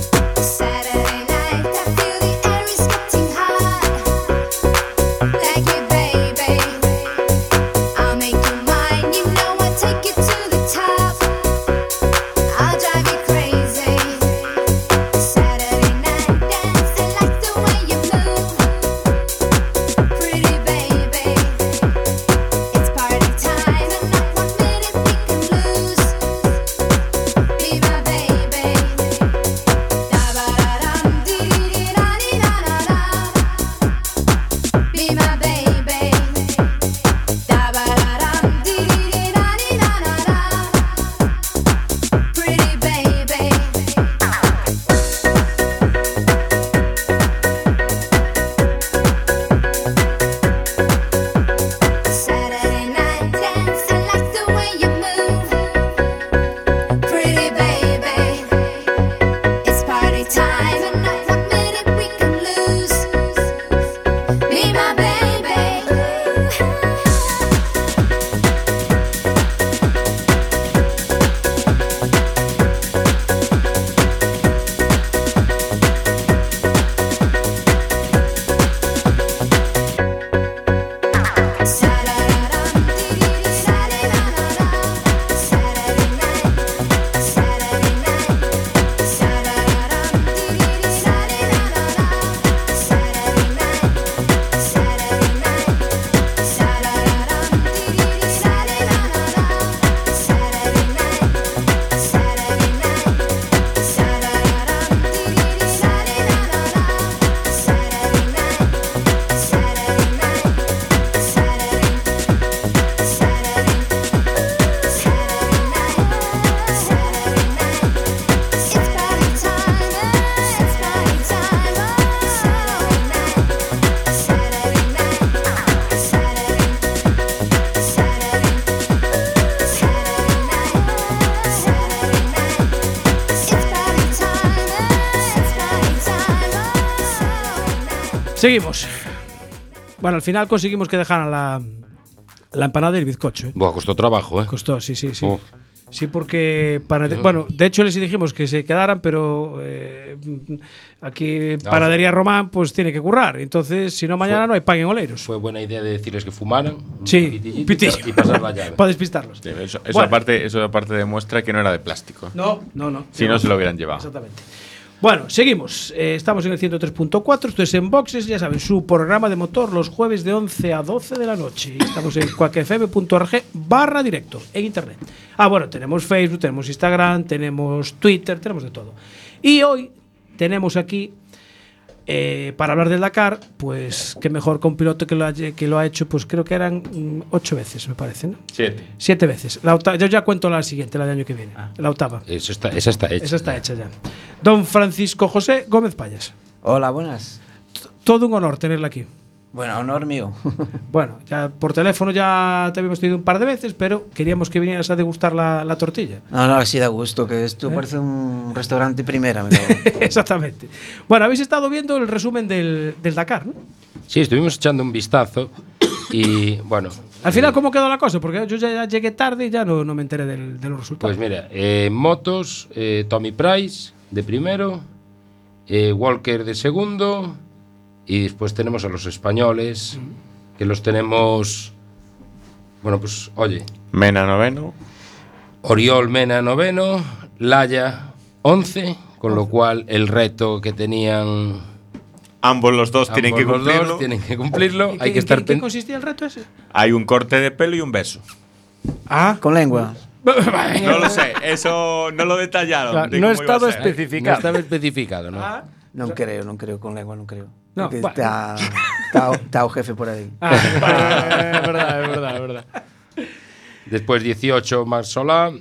Seguimos. Bueno, al final conseguimos que dejaran la, la empanada y el bizcocho. ¿eh?
Buah, costó trabajo, ¿eh?
Costó, sí, sí, sí.
Uf.
Sí, porque para
Eso-
bueno, de hecho les dijimos que se quedaran, pero eh, aquí
Ah,
Panadería Román pues tiene que currar. Entonces, si no mañana no hay pan en Oleiros.
Fue buena idea de decirles que fumaran.
Sí,
un
un pitillo.
Y pasar la llave.
Para despistarlos.
Sí, Eso, eso
Bueno.
aparte, eso aparte demuestra que no era de plástico.
No, no, no.
Si no, se lo hubieran llevado.
Exactamente. Bueno, seguimos. Eh, estamos en el 103.4. Esto es en boxes, ya saben, su programa de motor los jueves de 11 a 12 de la noche. Y Estamos en cuacfm.org barra directo en internet. Ah, bueno, tenemos Facebook, tenemos Instagram, tenemos Twitter, tenemos de todo. Y hoy tenemos aquí eh, para hablar del Dakar, pues qué mejor que un piloto que lo, ha, que lo ha hecho, pues creo que eran mm, ocho veces, me parece, ¿no?
Siete.
Siete veces. La octa- yo ya cuento la siguiente, la del año que viene. La octava.
Eso está, esa está hecha.
Esa está hecha ya. Don Francisco José Gómez Payas.
Hola, buenas.
Todo un honor tenerla aquí.
Bueno, honor mío.
Bueno, ya por teléfono ya te habíamos tenido un par de veces, pero queríamos que vinieras a degustar la, la tortilla.
No, no, así da gusto, que esto
¿Eh?
parece un restaurante primera. amigo.
Exactamente. Bueno, habéis estado viendo el resumen del, del Dakar, ¿no?
Sí, estuvimos echando un vistazo y bueno,
Al final, ¿cómo quedó la cosa? Porque yo ya, ya llegué tarde y ya no, no me enteré del- de los resultados.
pues mira, eh, motos, eh, Tommy Price de primero, eh, Walker de segundo y después tenemos a los españoles, que los tenemos, bueno pues oye,
Mena noveno.
Oriol Mena noveno, Laya once, con lo cual el reto que tenían...
Ambos Pues los dos tienen que
ambos Ah, pues los dos
cumplirlo.
tienen que cumplirlo,
¿Y
Pues, hay
qué-
que estar
¿En qué
pen-
consistía el reto ese?
Hay un corte de pelo y un beso.
Ah.
Con lengua.
No lo sé, eso no lo detallaron. de cómo iba a ser.
No estaba especificado, ¿no?
No creo, no creo, con lengua no creo.
Ah. No,
Porque
bueno. Ah,
está, está, o- está o jefe por ahí.
es verdad, es verdad, es verdad. Después 18, Marc Solá.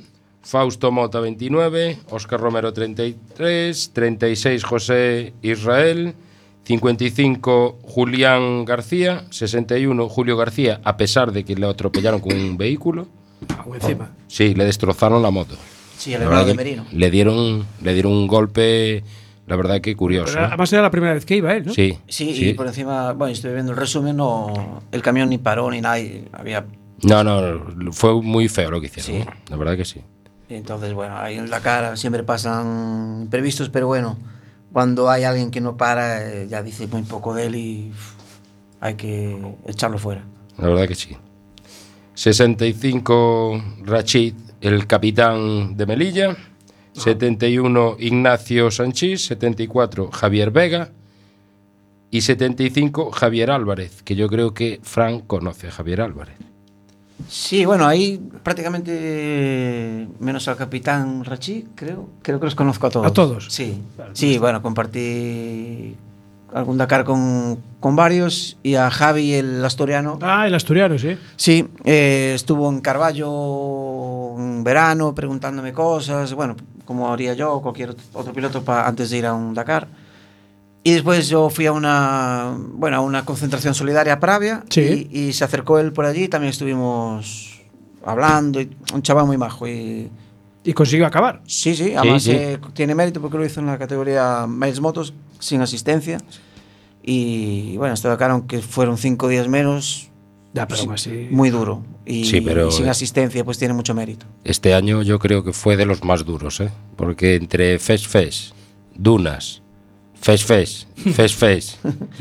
Fausto Mota 29, Óscar Romero 33, 36 José Israel, 55 Julián García, 61 Julio García, a pesar de que le atropellaron con un vehículo.
Ah, encima.
Sí, le destrozaron la moto.
Sí, el
La
hermano
verdad
de
que
Merino.
Le dieron, le dieron un golpe, la verdad que curioso.
Pero
¿eh?
además era la primera vez que iba él, ¿no?
Sí,
Sí,
sí.
y por encima, bueno, estoy viendo el resumen, no, el camión ni paró ni nada, y había...
No, no, fue muy feo lo que hicieron. ¿eh? La verdad que sí.
Entonces, bueno, ahí en la cara siempre pasan imprevistos, pero bueno, cuando hay alguien que no para, eh, ya dice muy poco de él y uf, hay que echarlo fuera.
La verdad que sí. 65 Rachid, el capitán de Melilla. 71 Ignacio Sanchís. 74 Javier Vega. Y 75 Javier Álvarez, que yo creo que Frank conoce a Javier Álvarez.
Sí, bueno, ahí prácticamente eh, menos al capitán Rachi, creo. Creo que los conozco a todos.
¿A todos? pues
Sí. Sí, bueno, compartí algún Dakar con, con varios y a Javi, el asturiano.
Ah, el asturiano, sí.
Sí, eh, estuvo en Carballo un verano preguntándome cosas, bueno, como haría yo, cualquier otro piloto pa- antes de ir a un Dakar. Y después yo fui a una, bueno, a una concentración solidaria a Pravia
Sí.
y, y se acercó él por allí, también estuvimos hablando, y un chaval muy majo. Y,
Y consiguió acabar.
Sí, sí, además
sí.
eh, tiene mérito porque lo hizo en la categoría Miles Motos sin asistencia. Y bueno, este Dakar, aunque fueron cinco días menos,
Ya, pero
sí,
aún así-
muy duro. Y,
Sí, pero- eh,
y sin asistencia, pues tiene mucho mérito.
Este año yo creo que fue de los más duros, ¿eh? Porque entre Fes Fes, Dunas, Fes Fes, Fes Fes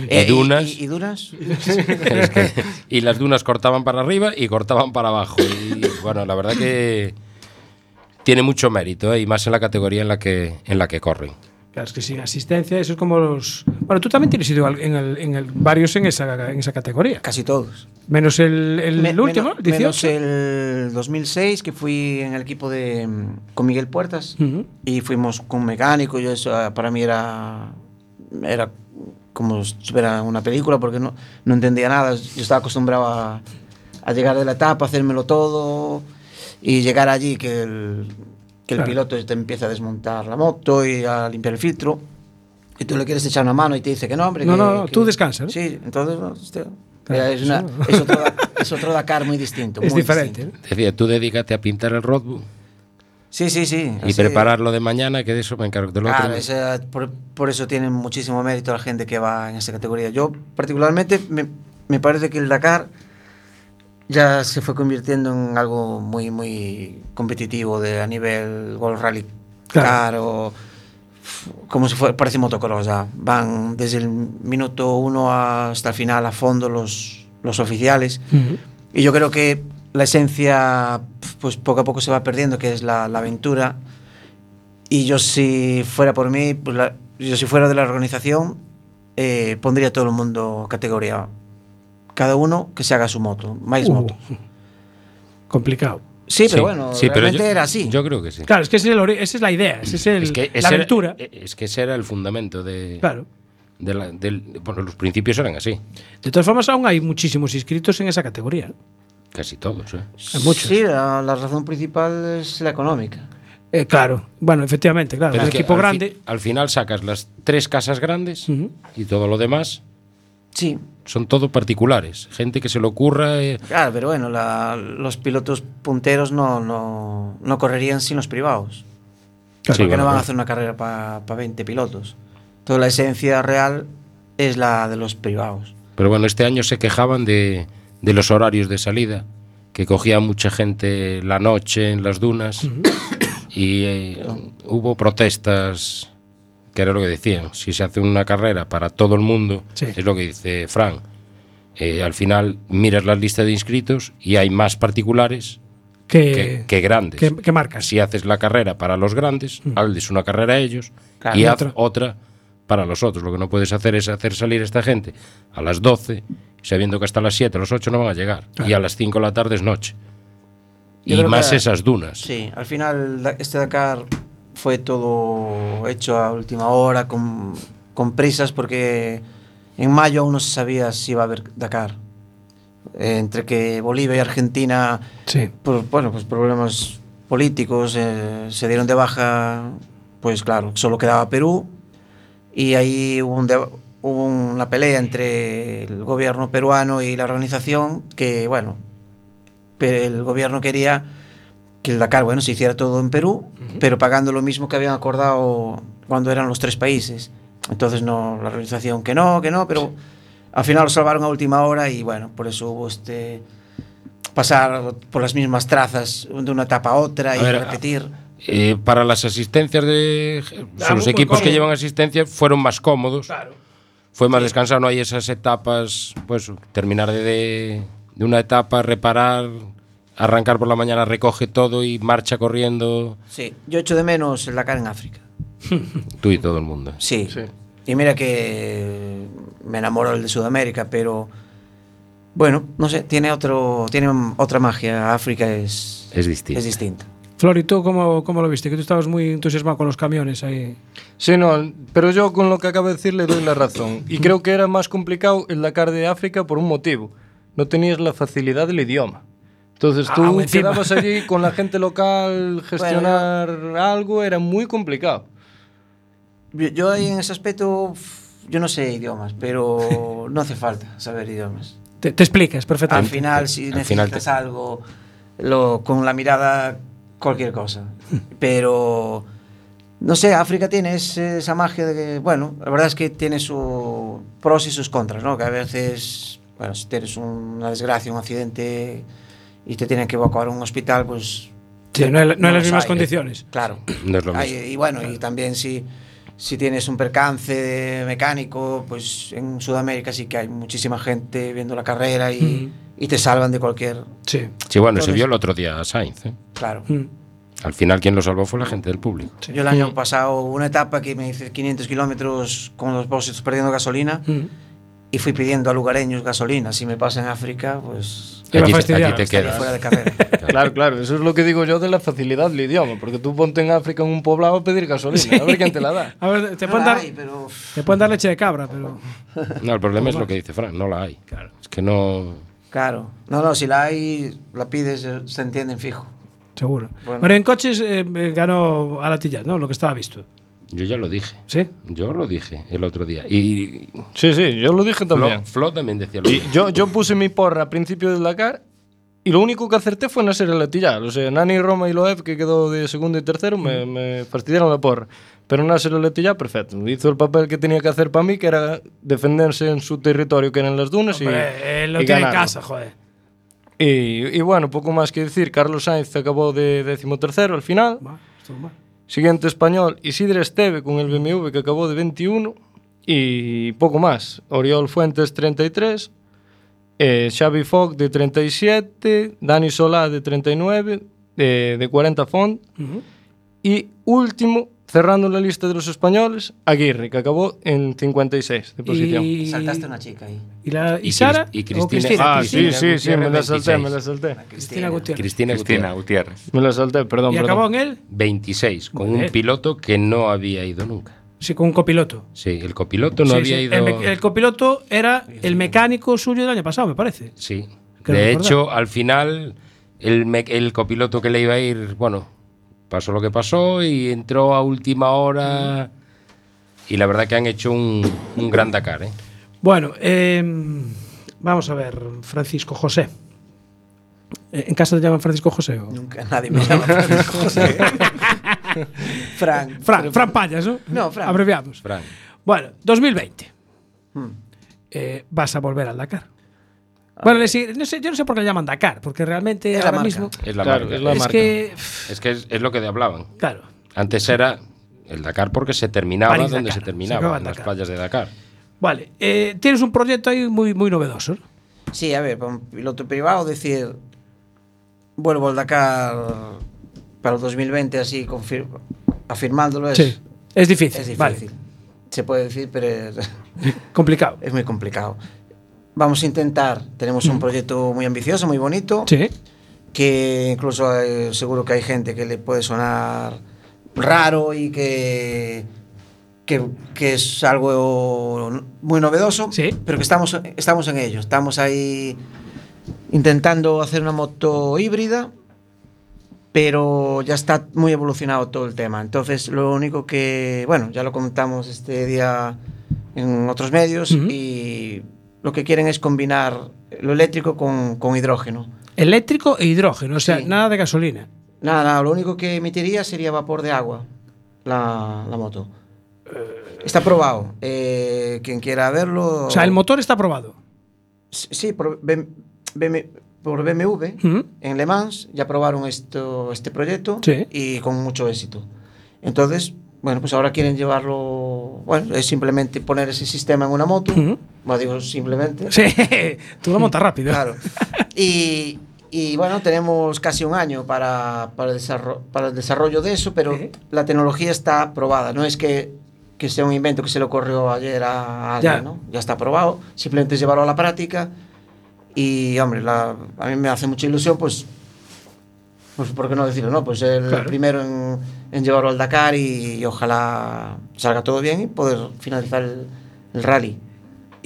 Eh,
y Dunas...
¿Y, y dunas?
Es que- y las dunas cortaban para arriba y cortaban para abajo. Y bueno, la verdad que tiene mucho mérito, ¿eh? y más en la categoría en la que, en la que corren.
Claro, es que sin asistencia, eso es como los. Bueno, tú también tienes ido al- en, el, en el- varios en esa, en esa categoría.
Casi todos.
Menos el, el
Me-
último,
menos-
el 18.
menos el 2006, que fui en el equipo de mm, con Miguel Puertas.
Ujú.
Y fuimos con un mecánico, y eso ah, para mí era, era como si fuera una película, porque no, no entendía nada. Yo estaba acostumbrado a, a llegar de la etapa, hacérmelo todo, y llegar allí que el, que el
Claro.
piloto te empieza a desmontar la moto y a limpiar el filtro. Y tú le quieres echar una mano y te dice que no, hombre.
No,
que-
no, no,
que-
tú descansa, ¿no?
Sí, entonces. no, este, hostia,
Claro,
es, una-
eso-
es otro, da- es otro Dakar muy distinto.
Es
muy
diferente.
distinto.
Decía, tú dedícate a pintar el roadbook
Sí, sí, sí.
Y
así. Ah,
prepararlo de mañana, que de eso me encargo. Del
Claro,
otro.
esa- por, por eso tiene muchísimo mérito la gente que va en esa categoría. Yo particularmente me, me parece que el Dakar ya se fue convirtiendo en algo muy, muy competitivo de, a nivel World Rally
Claro.
Car o como si fuera, parece motocross ya. Van desde el minuto uno hasta el final a fondo los, los oficiales. Y yo creo que la esencia, pues poco a poco se va perdiendo, que es la, la aventura. Y yo si fuera por mí, pues, la- yo si fuera de la organización, eh, pondría a todo el mundo categoría. Cada uno que se haga su moto, más
Uh,
moto.
Complicado.
Sí, pero bueno, realmente era así.
Yo creo que sí.
Claro, es que ese es el ori- esa es la idea, ese es el-
Es que ese
la
era- e-, eh,
aventura.
es que ese era el fundamento de.
Claro.
de la- del- bueno, los principios eran así,
De todas formas, aún hay muchísimos inscritos en esa categoría. ¿eh?
casi todos. ¿eh?
Sí, la, la razón principal es la económica.
Eh, claro, bueno, efectivamente, claro.
Pero
un
es que
equipo
al fi-
grande.
al final sacas las tres casas grandes y todo lo demás.
Sí.
Son todo particulares. Gente que se le ocurra. eh,
Claro, pero bueno, la- los pilotos punteros no, no, no correrían sin los privados.
Claro.
porque
Sí,
no
bueno,
van
claro.
a hacer una carrera para 20 pilotos. Toda la esencia real es la de los privados.
Pero bueno, este año se quejaban de, de los horarios de salida, que cogía mucha gente la noche en las dunas y eh, hubo protestas, que era lo que decían, si se hace una carrera para todo el mundo, es lo que dice Frank, eh, al final miras la lista de inscritos y hay más particulares
Que-
que, que grandes.
que- que marcas.
Si haces la carrera para los grandes, hazles una carrera a ellos
Claro.
y
Y
haz
otra.
otra para los otros. Lo que no puedes hacer es hacer salir a esta gente a las 12, sabiendo que hasta las 7, a las 8 no van a llegar. Y a las 5 de la tarde es noche.
Yo
y
creo
más
que-
esas dunas.
Sí, al final da- este Dakar fue todo hecho a última hora, con, con prisas, porque en mayo aún no se sabía si iba a haber Dakar. Eh, entre que Bolivia y Argentina, por, bueno, pues problemas políticos, eh, se dieron de baja, pues claro, solo quedaba Perú. Y ahí hubo, un deba- hubo una pelea entre el gobierno peruano y la organización que, bueno, pe- el gobierno quería que el Dakar, bueno, se hiciera todo en Perú, pero pagando lo mismo que habían acordado cuando eran los tres países. Entonces, no, la organización que no, que no, pero al final lo salvaron a última hora y, bueno, por eso hubo este pasar por las mismas trazas de una etapa a otra y
A ver,
repetir.
Eh, para las asistencias de o sea,
Ah,
los
muy
equipos que
cómodo.
llevan asistencia fueron más cómodos. Fue más descansado, no hay esas etapas, pues terminar de- de, de una etapa, reparar, arrancar por la mañana, recoge todo y marcha corriendo.
Sí, yo echo de menos el Dakar en África.
Tú y todo el mundo.
Sí. Y mira que me enamoró el de Sudamérica, pero bueno, no sé, tiene otro, tiene otra magia. África es
es distinto.
Es distinto.
Flor, ¿y tú cómo, cómo lo viste? Que tú estabas muy entusiasmado con los camiones ahí.
Sí, no, pero yo con lo que acaba de decir le doy la razón. Y creo que era más complicado el Dakar de África por un motivo. No tenías la facilidad del idioma. Entonces
Ah,
tú
aún encima.
quedabas allí con la gente local, gestionar algo era muy complicado.
Yo- Yo ahí en ese aspecto f- yo no sé idiomas, pero no hace falta saber idiomas.
Te, te explicas
Al
perfectamente.
final si
Al final
necesitas algo lo con la mirada cualquier cosa. Pero no sé, África tiene ese- esa magia de que, bueno, la verdad es que tiene sus pros y sus contras, ¿no? Que a veces, bueno, si tienes una desgracia, un accidente y te tienen que evacuar a un hospital, pues...
Sí, no hay- no hay las
los
mismas condiciones.
Claro.
No es lo
Ay,
mismo.
y bueno, y también si, si tienes un percance mecánico, pues en Sudamérica sí que hay muchísima gente viendo la carrera y,
Mm.
y te salvan de cualquier...
Sí.
Sí, bueno, se
Entonces-
vio el otro día a Sainz. ¿eh?
Claro.
Mm.
Al final quien lo salvó fue la gente del público.
Yo el año pasado hubo una etapa que me hice 500 kilómetros con los boxes perdiendo gasolina
Mm.
y fui pidiendo a lugareños gasolina. Si me pasa en África, pues...
Te va a Allí- fastidiar. allí te
estaría
quedas.
fuera de carrera.
Claro, claro, eso es lo que digo yo de la facilidad del idioma, porque tú ponte en África en un poblado a pedir gasolina, a ver quién te la da.
A ver, te
No
pueden
la
dar.
hay,
Te pueden dar leche de cabra, pero.
No, el problema es lo que dice Fran, no la hay. Es que no...
Claro. No, no, si la hay, la pides, eh, se entienden fijo.
Seguro.
Bueno.
Bueno, en coches eh, ganó Alatillas, ¿no? Lo que estaba visto.
Yo ya lo dije.
¿Sí?
Yo lo dije el otro día. Y...
Sí, sí, yo lo dije también.
Flo, Flo también decía lo mismo.
Yo, yo puse mi porra a principio del Dakar Y lo único que acerté fue en hacer el latillar. O sea, Nani, Roma y Loeb, que quedó de segundo y tercero, me, me fastidiaron la porra. Pero en hacer el latillar, perfecto. Hizo el papel que tenía que hacer para mí, que era defenderse en su territorio, que eran las dunas.
Hombre,
y,
él lo
y
tiene en
ganaron.
casa, joder.
Y, y bueno, poco más que decir. Carlos Sainz acabó de decimotercero al final.
Estuvo mal.
Siguiente español, Isidre Esteve con el BMW que acabó de 21 y poco más. Oriol Fuentes 33, eh, Xavi Fogg de 37, Dani Solá de 39, eh, de 40 Font. Y último, cerrando la lista de los españoles, Aguirre que acabó en 56 de posición.
Y-
Saltaste una chica ahí.
¿Y, la,
Y
y,
Cris-
Sara?
y
¿O
Cristina-
Cristina?
Ah, Cristina sí, sí, sí, me la salté, me la salté.
Cristina Gutiérrez.
Cristina,
Cristina
Gutiérrez.
Me la salté, perdón.
¿Y
perdón.
acabó en él?
26, con
Vale.
un piloto que no había ido nunca.
Sí, con un copiloto.
Sí, el copiloto no
Sí,
había
sí.
ido.
El, me- eh, el copiloto era el mecánico suyo del año pasado, me parece.
Sí.
Creo
de
recordar.
hecho, al final, el, me- el copiloto que le iba a ir, bueno, pasó lo que pasó y entró a última hora. Y la verdad que han hecho un, un gran Dakar, ¿eh?
Bueno, eh, vamos a ver, Francisco José. Eh, ¿En casa te llaman Francisco José? o?
Nunca nadie me llama Francisco José. Fran.
Fran, Fran Payas, ¿no?
No, Fran.
Abreviamos.
Fran.
Bueno, 2020.
Hmm.
Eh, vas a volver al Dakar. Bueno, le sigue- no sé, yo no sé por qué le llaman Dakar, porque realmente
Ah, Es la
ahora
marca.
mismo.
Es la
Claro,
marca.
es la marca.
que-
Es que es, es lo que hablaban.
Claro.
Antes era el Dakar porque se terminaba
París,
donde
Dakar.
se
Se
terminaba,
acababa
en las
Dakar.
playas de Dakar.
Vale, eh, tienes un proyecto ahí muy, muy novedoso. ¿no?
Sí, a ver, para un piloto privado decir, vuelvo al Dakar para el 2020 así confir- afirmándolo es,
Sí, es difícil,
Es
vale.
difícil. Se puede decir, pero es
complicado.
Es muy complicado. Vamos a intentar, tenemos
Mm.
un proyecto muy ambicioso, muy bonito, que incluso hay- seguro que hay gente que le puede sonar raro y que que, que es algo muy novedoso, pero que estamos, estamos en ello. Estamos ahí intentando hacer una moto híbrida, pero ya está muy evolucionado todo el tema. Entonces, lo único que, bueno, ya lo comentamos este día en otros medios y lo que quieren es combinar lo eléctrico con, con hidrógeno.
Eléctrico e hidrógeno, o sea, nada de gasolina.
Nada, nada, lo único que emitiría sería vapor de agua la, la moto. Está probado. eh, quien quiera verlo.
Eh. O sea, el motor está probado.
Sí, por, BM BM por BMW
Ujú.
en Le Mans ya probaron esto, este proyecto
Sí.
y con mucho éxito. Entonces, bueno, pues ahora quieren llevarlo. Bueno, es simplemente poner ese sistema en una moto. Bueno, digo simplemente.
Sí, tú lo montas rápido.
Claro. Y, y, bueno, tenemos casi un año para, para, el, desarro- para el desarrollo de eso, pero la tecnología está probada. No es que, que sea un invento que se le ocurrió ayer a alguien,
Ya.
¿no? Ya está probado. Simplemente es llevarlo a la práctica. Y, hombre, la- a mí me hace mucha ilusión, pues, pues ¿por qué no decirlo? No, pues el
Claro.
primero en, en llevarlo al Dakar y, y ojalá salga todo bien y poder finalizar el, el rally.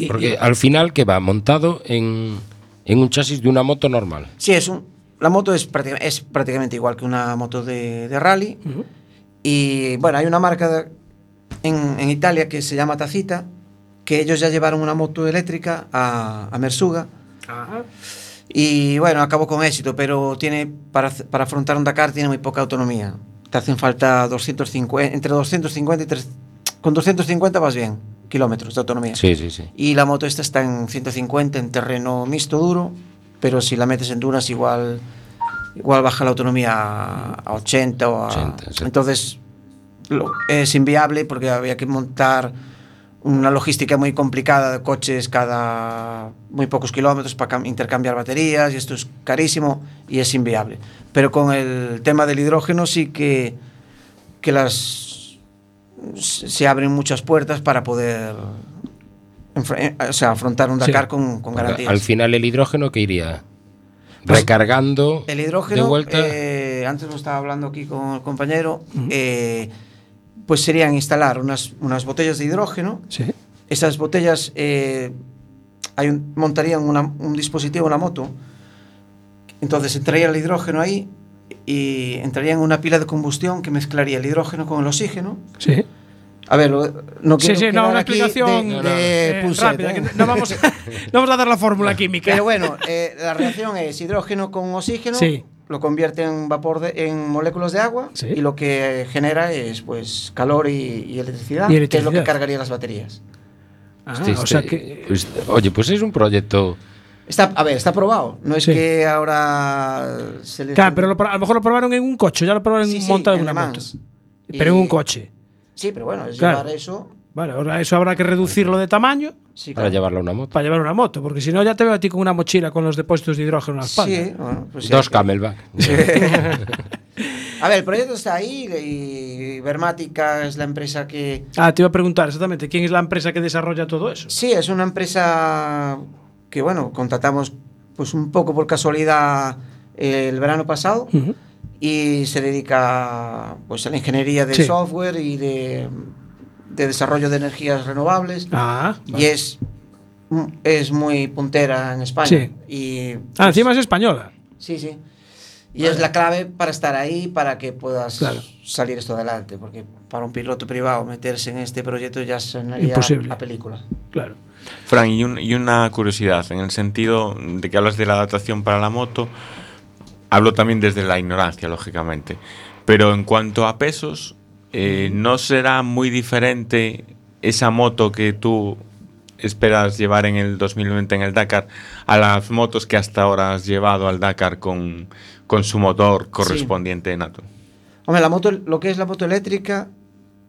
Porque al final, que va? Montado en, en un chasis de una moto normal.
Sí, es un, la moto es, práctica- es prácticamente igual que una moto de, de rally. Y bueno, hay una marca de- en, en Italia que se llama Tacita, que ellos ya llevaron una moto eléctrica a, a Mersuga. Y bueno, acabó con éxito, pero tiene para, hace- para afrontar un Dakar tiene muy poca autonomía. Te hacen falta 250, entre 250 y 3, con 250 vas bien, kilómetros de autonomía.
Sí, sí, sí.
Y la moto esta está en 150 en terreno mixto duro, pero si la metes en dunas igual igual baja la autonomía a- a 80 o a... Entonces lo- es inviable porque había que montar una logística muy complicada de coches cada muy pocos kilómetros para cam- intercambiar baterías y esto es carísimo y es inviable. Pero con el tema del hidrógeno sí que, que las se se abren muchas puertas para poder enfre- eh, o sea, afrontar un Dakar con, con
Porque
garantías.
Al final, el hidrógeno que iría recargando
El
de
hidrógeno,
vuelta.
eh, antes lo estaba hablando aquí con el compañero, eh, pues serían instalar unas, unas botellas de hidrógeno. Esas botellas eh, hay un- montarían una- un dispositivo, una moto. Entonces entraría el hidrógeno ahí y entraría en una pila de combustión que mezclaría el hidrógeno con el oxígeno.
Sí.
A ver, lo- no
Sí,
quiero
sí, no,
quedar
una
aquí de-
explicación
de,
eh,
Punset,
rápida.
¿eh?
que no, vamos, no vamos a dar la fórmula química.
Pero bueno, eh, la reacción es hidrógeno con oxígeno,
Sí.
lo convierte en vapor de- en moléculas de agua
Sí.
y lo que genera es pues calor y, y electricidad, que
Y
es lo que
electricidad.
cargaría las baterías. Ah,
Este- este- este- oye, pues es un proyecto.
Está, a ver, está probado. No es
Sí.
que ahora se le
Claro, pero lo pro- a lo mejor lo probaron en un coche, ya lo probaron
Sí, sí,
montado en
en
una
Le
moto.
Mans.
Pero en un coche.
Sí, pero bueno, es
Claro.
llevar eso.
Vale, ahora eso habrá que reducirlo de tamaño
Sí,
Para
claro.
llevarlo a una moto.
para llevar una moto, porque si no ya te veo a ti con una mochila con los depósitos de hidrógeno en la espalda.
Sí, bueno, pues sí.
Dos camelback.
A ver, el proyecto está ahí y Vermática es la empresa que...
Ah, te iba a preguntar exactamente, ¿quién es la empresa que desarrolla todo eso?
Sí, es una empresa que, bueno, contratamos pues un poco por casualidad eh, el verano pasado y se dedica pues a la ingeniería de
Sí.
software y de, em, de desarrollo de energías renovables.
Ah,
Y
vale.
es, es muy puntera en España.
Sí.
Y
Ah, encima es española.
Sí, sí. Y es la clave para estar ahí, para que puedas
Claro.
salir esto adelante, porque para un piloto privado meterse en este proyecto ya sonaría
Imposible.
a película.
Claro.
Fran, y, un- y una curiosidad, en el sentido de que hablas de la adaptación para la moto, hablo también desde la ignorancia, lógicamente, pero en cuanto a pesos, eh, ¿no será muy diferente esa moto que tú esperas llevar en el 2020 en el Dakar a las motos que hasta ahora has llevado al Dakar con, con su motor correspondiente nato?
Hombre, la moto, lo que es la moto eléctrica,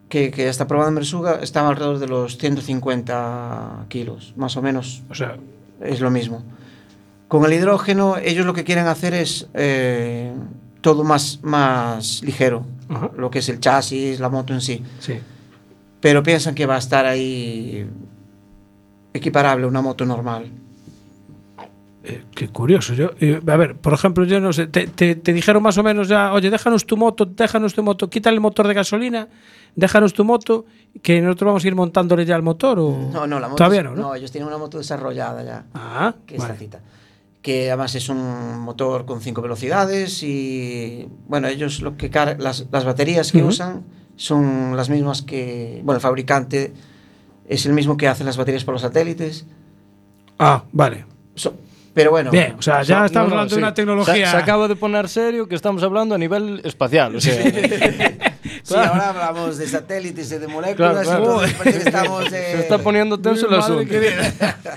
que, que está probada en Mersuga, estaba alrededor de los 150 kilos, más o menos.
O sea,
es lo mismo. Con el hidrógeno, ellos lo que quieren hacer es eh, todo más, más ligero, lo que es el chasis, la moto en sí.
Sí.
Pero piensan que va a estar ahí equiparable a una moto normal.
Qué curioso. Yo, eh, a ver, por ejemplo, yo no sé, te, te- te dijeron más o menos ya, oye, déjanos tu moto, déjanos tu moto, quítale el motor de gasolina, déjanos tu moto, que nosotros vamos a ir montándole ya el motor. O...
No, no, la moto.
Todavía
es-
no, ¿no?
ellos tienen una moto desarrollada ya.
Ah,
que es la
vale.
cita. Que además es un motor con cinco velocidades y. Bueno, ellos lo que car- las, las baterías que
Ujú.
usan son las mismas que. Bueno, el fabricante es el mismo que hace las baterías para los satélites.
Ah, vale.
So- pero bueno.
Bien, o sea, ya estamos hablando de una tecnología.
Se, se acaba de poner serio que estamos hablando a nivel espacial. O sea,
Sí, ahora hablamos de satélites y de moléculas.
Claro, claro.
entonces parece que estamos.
se
eh,
está poniendo tenso el
Madre
asunto.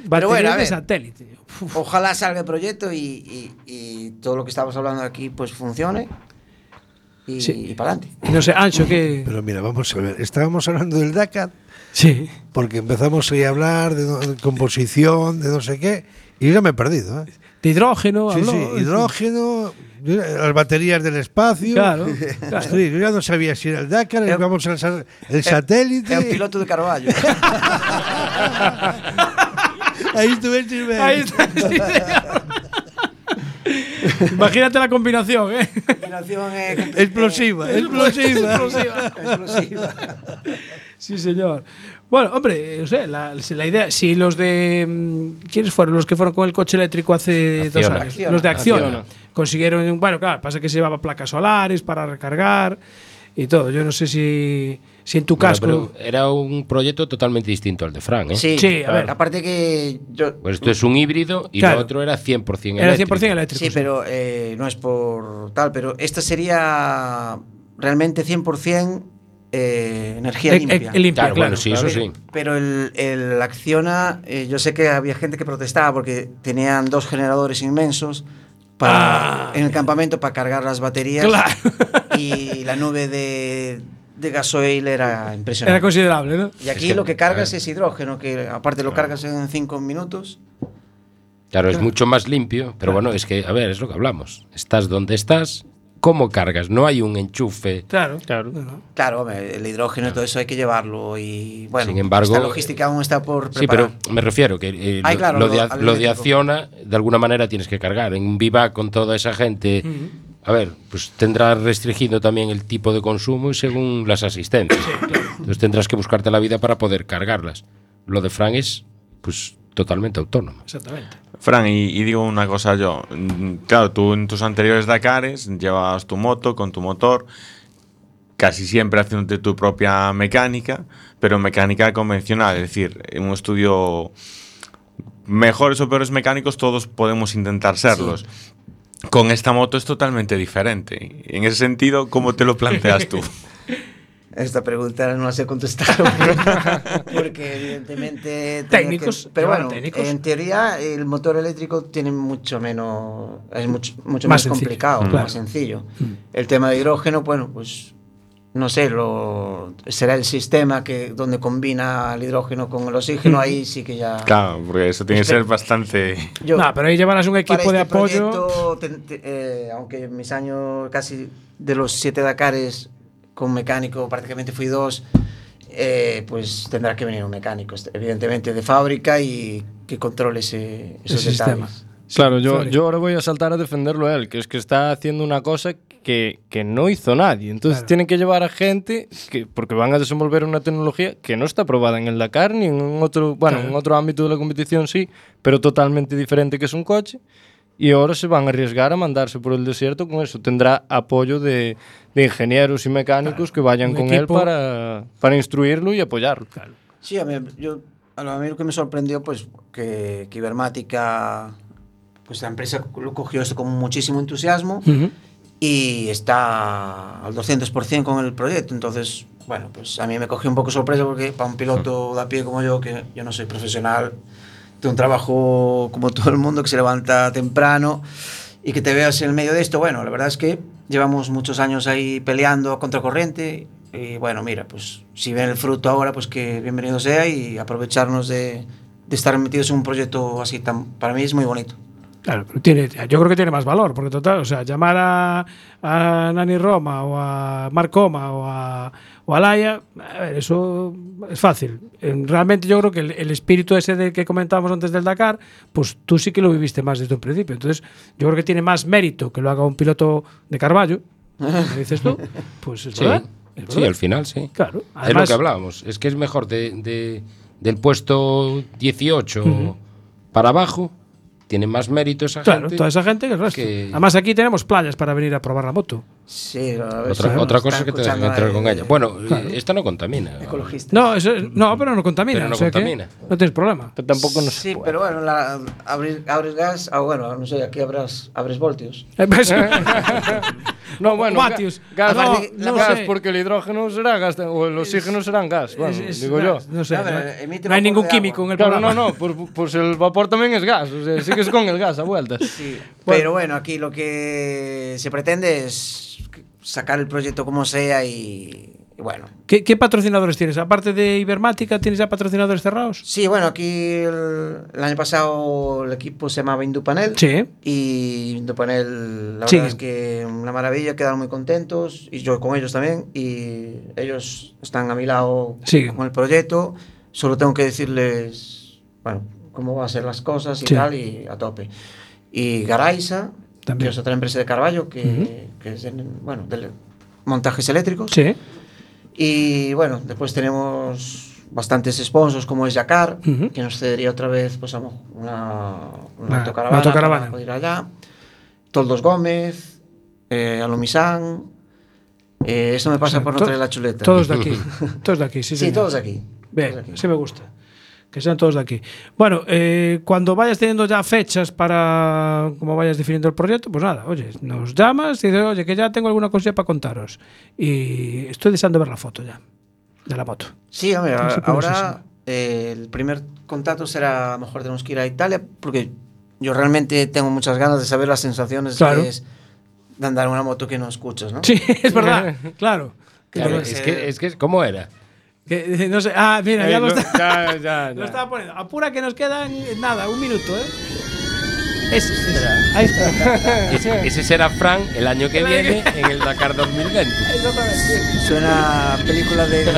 Pero
Baterías
bueno, a
de
ver.
satélite.
Ojalá salga el proyecto y, y- y todo lo que estamos hablando aquí pues funcione. Y, para adelante.
No sé, Ancho, que.
Pero mira, vamos a ver. Estábamos hablando del Dakar.
Sí.
Porque empezamos ahí a hablar de, no- de composición, de no sé qué. Y yo me he perdido. ¿eh?
De hidrógeno,
Sí,
habló. ¿eh?
sí, hidrógeno, yo- las baterías del espacio.
Claro, claro. Eh,
Sí, yo ya no sabía si era el Dakar, vamos al sa- el satélite.
El piloto de Carballo.
Ahí estuve
Ahí está. Imagínate la combinación, ¿eh?
Combinación, eh,
Explosiva, explosiva.
Explosiva.
Sí, señor. Bueno, hombre, eh, o sea, la, la idea, si los de. mm, ¿Quiénes fueron los que fueron con el coche eléctrico hace
Acciona.
dos años?
Acciona.
Los de Acción.
Acciona.
Consiguieron. Bueno, claro, pasa que se llevaba placas solares para recargar y todo. Yo no sé si, si en tu casco.
Bueno, pero era un proyecto totalmente distinto al de Frank. ¿eh?
Sí,
Claro.
a ver. Aparte que yo.
Pues esto es un híbrido y
Claro.
lo otro era 100%
Era
eléctrico.
100% eléctrico.
Sí, pero eh, no es por tal, pero esta sería realmente 100% eh, energía
Eh, eh,
limpia.
limpia, Claro, bueno, claro. sí, eso
Pero-
sí.
Pero el, el Acciona, eh, yo sé que había gente que protestaba porque tenían dos generadores inmensos para, en el campamento para cargar las baterías
Ah. Claro.
y la nube de, de gasoil era impresionante.
Era considerable, ¿no?
Y aquí lo que cargas es hidrógeno, que aparte lo cargas en 5 minutos.
Claro, es mucho más limpio, pero bueno, es que, a ver, es lo que hablamos. Estás donde estás, ¿cómo cargas? No hay un enchufe.
Claro.
Claro.
Claro, hombre, el hidrógeno y todo eso hay que llevarlo y bueno,
Sin embargo,
esta logística aún está por
Sí,
preparar.
pero me refiero que eh,
Ay,
lo-
claro,
lo,
lo
de,
al
lo de
eléctrico.
Acciona, de alguna manera tienes que cargar. En un vivac con toda esa gente, a ver, pues tendrás restringido también el tipo de consumo y según las asistencias. Entonces tendrás que buscarte la vida para poder cargarlas. Lo de Frank es, pues, totalmente autónomo.
Exactamente.
Fran, y, y digo una cosa yo. Mm, Claro, tú en tus anteriores Dakares llevabas tu moto con tu motor. casi siempre haciéndote tu propia mecánica, pero mecánica convencional, es decir, en un estudio mejores o peores mecánicos todos podemos intentar serlos. Con esta moto es totalmente diferente. En ese sentido, ¿cómo te lo planteas tú?
Esta pregunta no la sé contestar porque, porque evidentemente... tenía
Técnicos,
pero
llevan
bueno,
técnicos.
en teoría el motor eléctrico tiene mucho menos... Es mucho, mucho
Más
más,
sencillo,
complicado,
claro. Mm.
más sencillo. El tema de hidrógeno, bueno, pues no sé, lo, será el sistema que donde combina el hidrógeno con el oxígeno,
Mm.
ahí sí que ya...
Claro, porque eso tiene que
Este-
ser bastante...
Yo-
Nah, pero ahí llevarás un equipo
para este
de apoyo.
proyecto, ten- te- eh, aunque en mis años casi de los siete Dakares con mecánico prácticamente fui dos, eh, pues tendrá que venir un mecánico, est- evidentemente de fábrica y que controle ese, esos
Ese sistema.
detalles.
Claro, yo,
Sorry.
yo ahora voy a saltar a defenderlo a él, que es que está haciendo una cosa que, que no hizo nadie. Entonces tienen que llevar a gente, que, porque van a desenvolver una tecnología que no está probada en el Dakar ni en otro, bueno, en otro ámbito de la competición sí, pero totalmente diferente que es un coche. Y ahora se van a arriesgar a mandarse por el desierto con eso. Tendrá apoyo de, de ingenieros y mecánicos que vayan
un
con él
equipo-
para, para instruirlo y apoyarlo.
Sí, a mí, yo, a lo a mí lo que me sorprendió, pues, que, que Ibermática, pues la empresa lo cogió esto con muchísimo entusiasmo
Ujú.
y está al 200% con el proyecto. Entonces, bueno, pues a mí me cogió un poco sorpresa porque para un piloto de a pie como yo, que yo no soy profesional, tengo un trabajo como todo el mundo que se levanta temprano y que te veas en el medio de esto, bueno, la verdad es que llevamos muchos años ahí peleando a contracorriente y bueno, mira, pues si ven el fruto ahora, pues que bienvenido sea y aprovecharnos de, de estar metidos en un proyecto así tan, para mí es muy bonito.
Claro, pero tiene, yo creo que tiene más valor, porque total, o sea, llamar a, a Nani Roma o a Marcoma o a, o a Laia, a ver, eso es fácil. En- Realmente yo creo que el, el espíritu ese del que comentábamos antes del Dakar, pues tú sí que lo viviste más desde un principio. Entonces, yo creo que tiene más mérito que lo haga un piloto de Carballo, como dices tú, pues es
Sí,
verdad. es
sí,
verdad.
al final sí.
Claro,
es lo
además-
que hablábamos. Es que es mejor de, de- del puesto 18
Ujú.
para abajo, tiene más mérito esa
Claro,
gente.
toda esa gente que el resto. Además, aquí tenemos playas para venir a probar la moto.
Sí,
Otra, otra cosa es que te dejan entrar con ella. Bueno, eh, esta no contamina.
No, eso, no, pero no contamina.
Pero no
o sea que
contamina.
no tienes problema.
Sí, pero bueno, la- abrir- abres gas, ah, bueno, no sé, aquí abras, abres voltios.
Eh, pues-
No, bueno, ga-
Vatios.
gas,
Ah, No,
porque-
no
gas,
sé.
porque el hidrógeno será gas, o el oxígeno serán gas, bueno,
es-
digo
no,
yo.
no sé, No, pero no- emite no hay vapor ningún de agua. químico en el
Claro,
programa.
No, no, pues, pues el vapor también es gas, o sea, sigues con el gas a vueltas.
Pero bueno, aquí lo que se pretende es sacar el proyecto como sea y, y bueno.
¿Qué, qué patrocinadores tienes? Aparte de Ibermática, ¿tienes ya patrocinadores cerrados?
Sí, bueno, aquí el, el año pasado el equipo se llamaba Indupanel.
Sí.
Y Indupanel, la
Sí.
verdad es que una maravilla, quedaron muy contentos y yo con ellos también. Y ellos están a mi lado
Sí.
con el proyecto. Solo tengo que decirles, bueno, cómo van a ser las cosas y
Sí.
tal, y a tope. Y Garaiza,
También.
que es otra empresa de Carballo, que, que es, de- bueno, de montajes eléctricos.
Sí.
Y bueno, después tenemos bastantes sponsors como es Yakar,
Ujú.
que nos cedería otra vez pues, a mo- una, una
Una-
autocaravana,
una autocaravana.
para poder ir allá. Toldos Gómez, eh, Alumisán. eh, eso me pasa por no
To-
traer la chuleta.
Todos de aquí. todos de aquí, sí,
Sí,
señor.
todos de aquí.
Bien, sí me gusta. Que sean todos de aquí. Bueno, eh, cuando vayas teniendo ya fechas para como vayas definiendo el proyecto, pues nada, oye, nos llamas y dices, oye, que ya tengo alguna cosilla para contaros. Y estoy deseando ver la foto ya, de la moto.
Sí, hombre,
Estoy
a- ahora
curiosísimo.
eh, el primer contacto será, a lo mejor tenemos que ir a Italia, porque yo realmente tengo muchas ganas de saber las sensaciones
Claro.
que es de andar en una moto que no escuchas, ¿no?
Sí, es verdad, claro. eh,
Claro,
Pero-
es, que, es que, ¿cómo era?
Que, no sé, ah, mira,
Eh,
ya lo,
lo- ya,
está-
ya,
lo
ya.
estaba poniendo. Apura que nos quedan eh, nada, un minuto, ¿eh? Ese, ese, ahí está.
Ese, ese será Frank el año que
El año
viene en el Dakar 2020.
Suena a película de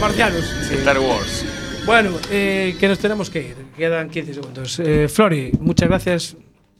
marcianos.
Star Wars.
Bueno, eh, que nos tenemos que ir. Quedan 15 segundos. Eh, Flori, muchas gracias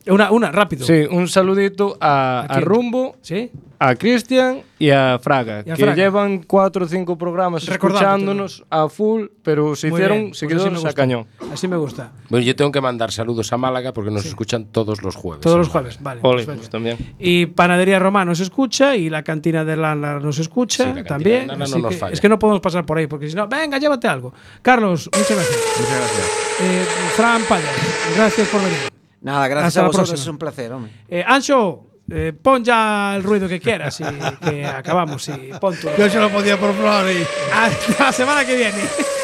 Una, una, rápido.
Sí, un saludito a,
¿A
a
quién?
Rumbo,
¿Sí?
a Cristian y a Fraga,
¿eh? Y a
que
Fraga.
llevan cuatro o cinco programas
Recordándotelo.
escuchándonos a full, pero se
Muy
hicieron
bien, pues así me
seguidores a
gusta.
cañón. Pues
Así me gusta.
Bueno, yo tengo que mandar saludos a Málaga porque nos escuchan todos los jueves.
Todos los jueves, vale.
Ole,
perfecto.
pues también.
Y Panadería Romá nos escucha y la cantina de Lana nos escucha
cantina de
también.
Lana no
así
nos
que-
falla.
es que no podemos pasar por ahí porque si no, venga, llévate algo. Carlos, muchas gracias.
Muchas gracias.
Eh, Fran Payas, gracias por venir.
Nada, gracias
Hasta
a
la
vosotros,
próxima.
es un placer, hombre.
Eh, Ancho, eh, pon ya el ruido que quieras y que acabamos. Y pon tu-
Yo se lo podía por flor y.
Hasta la semana que viene.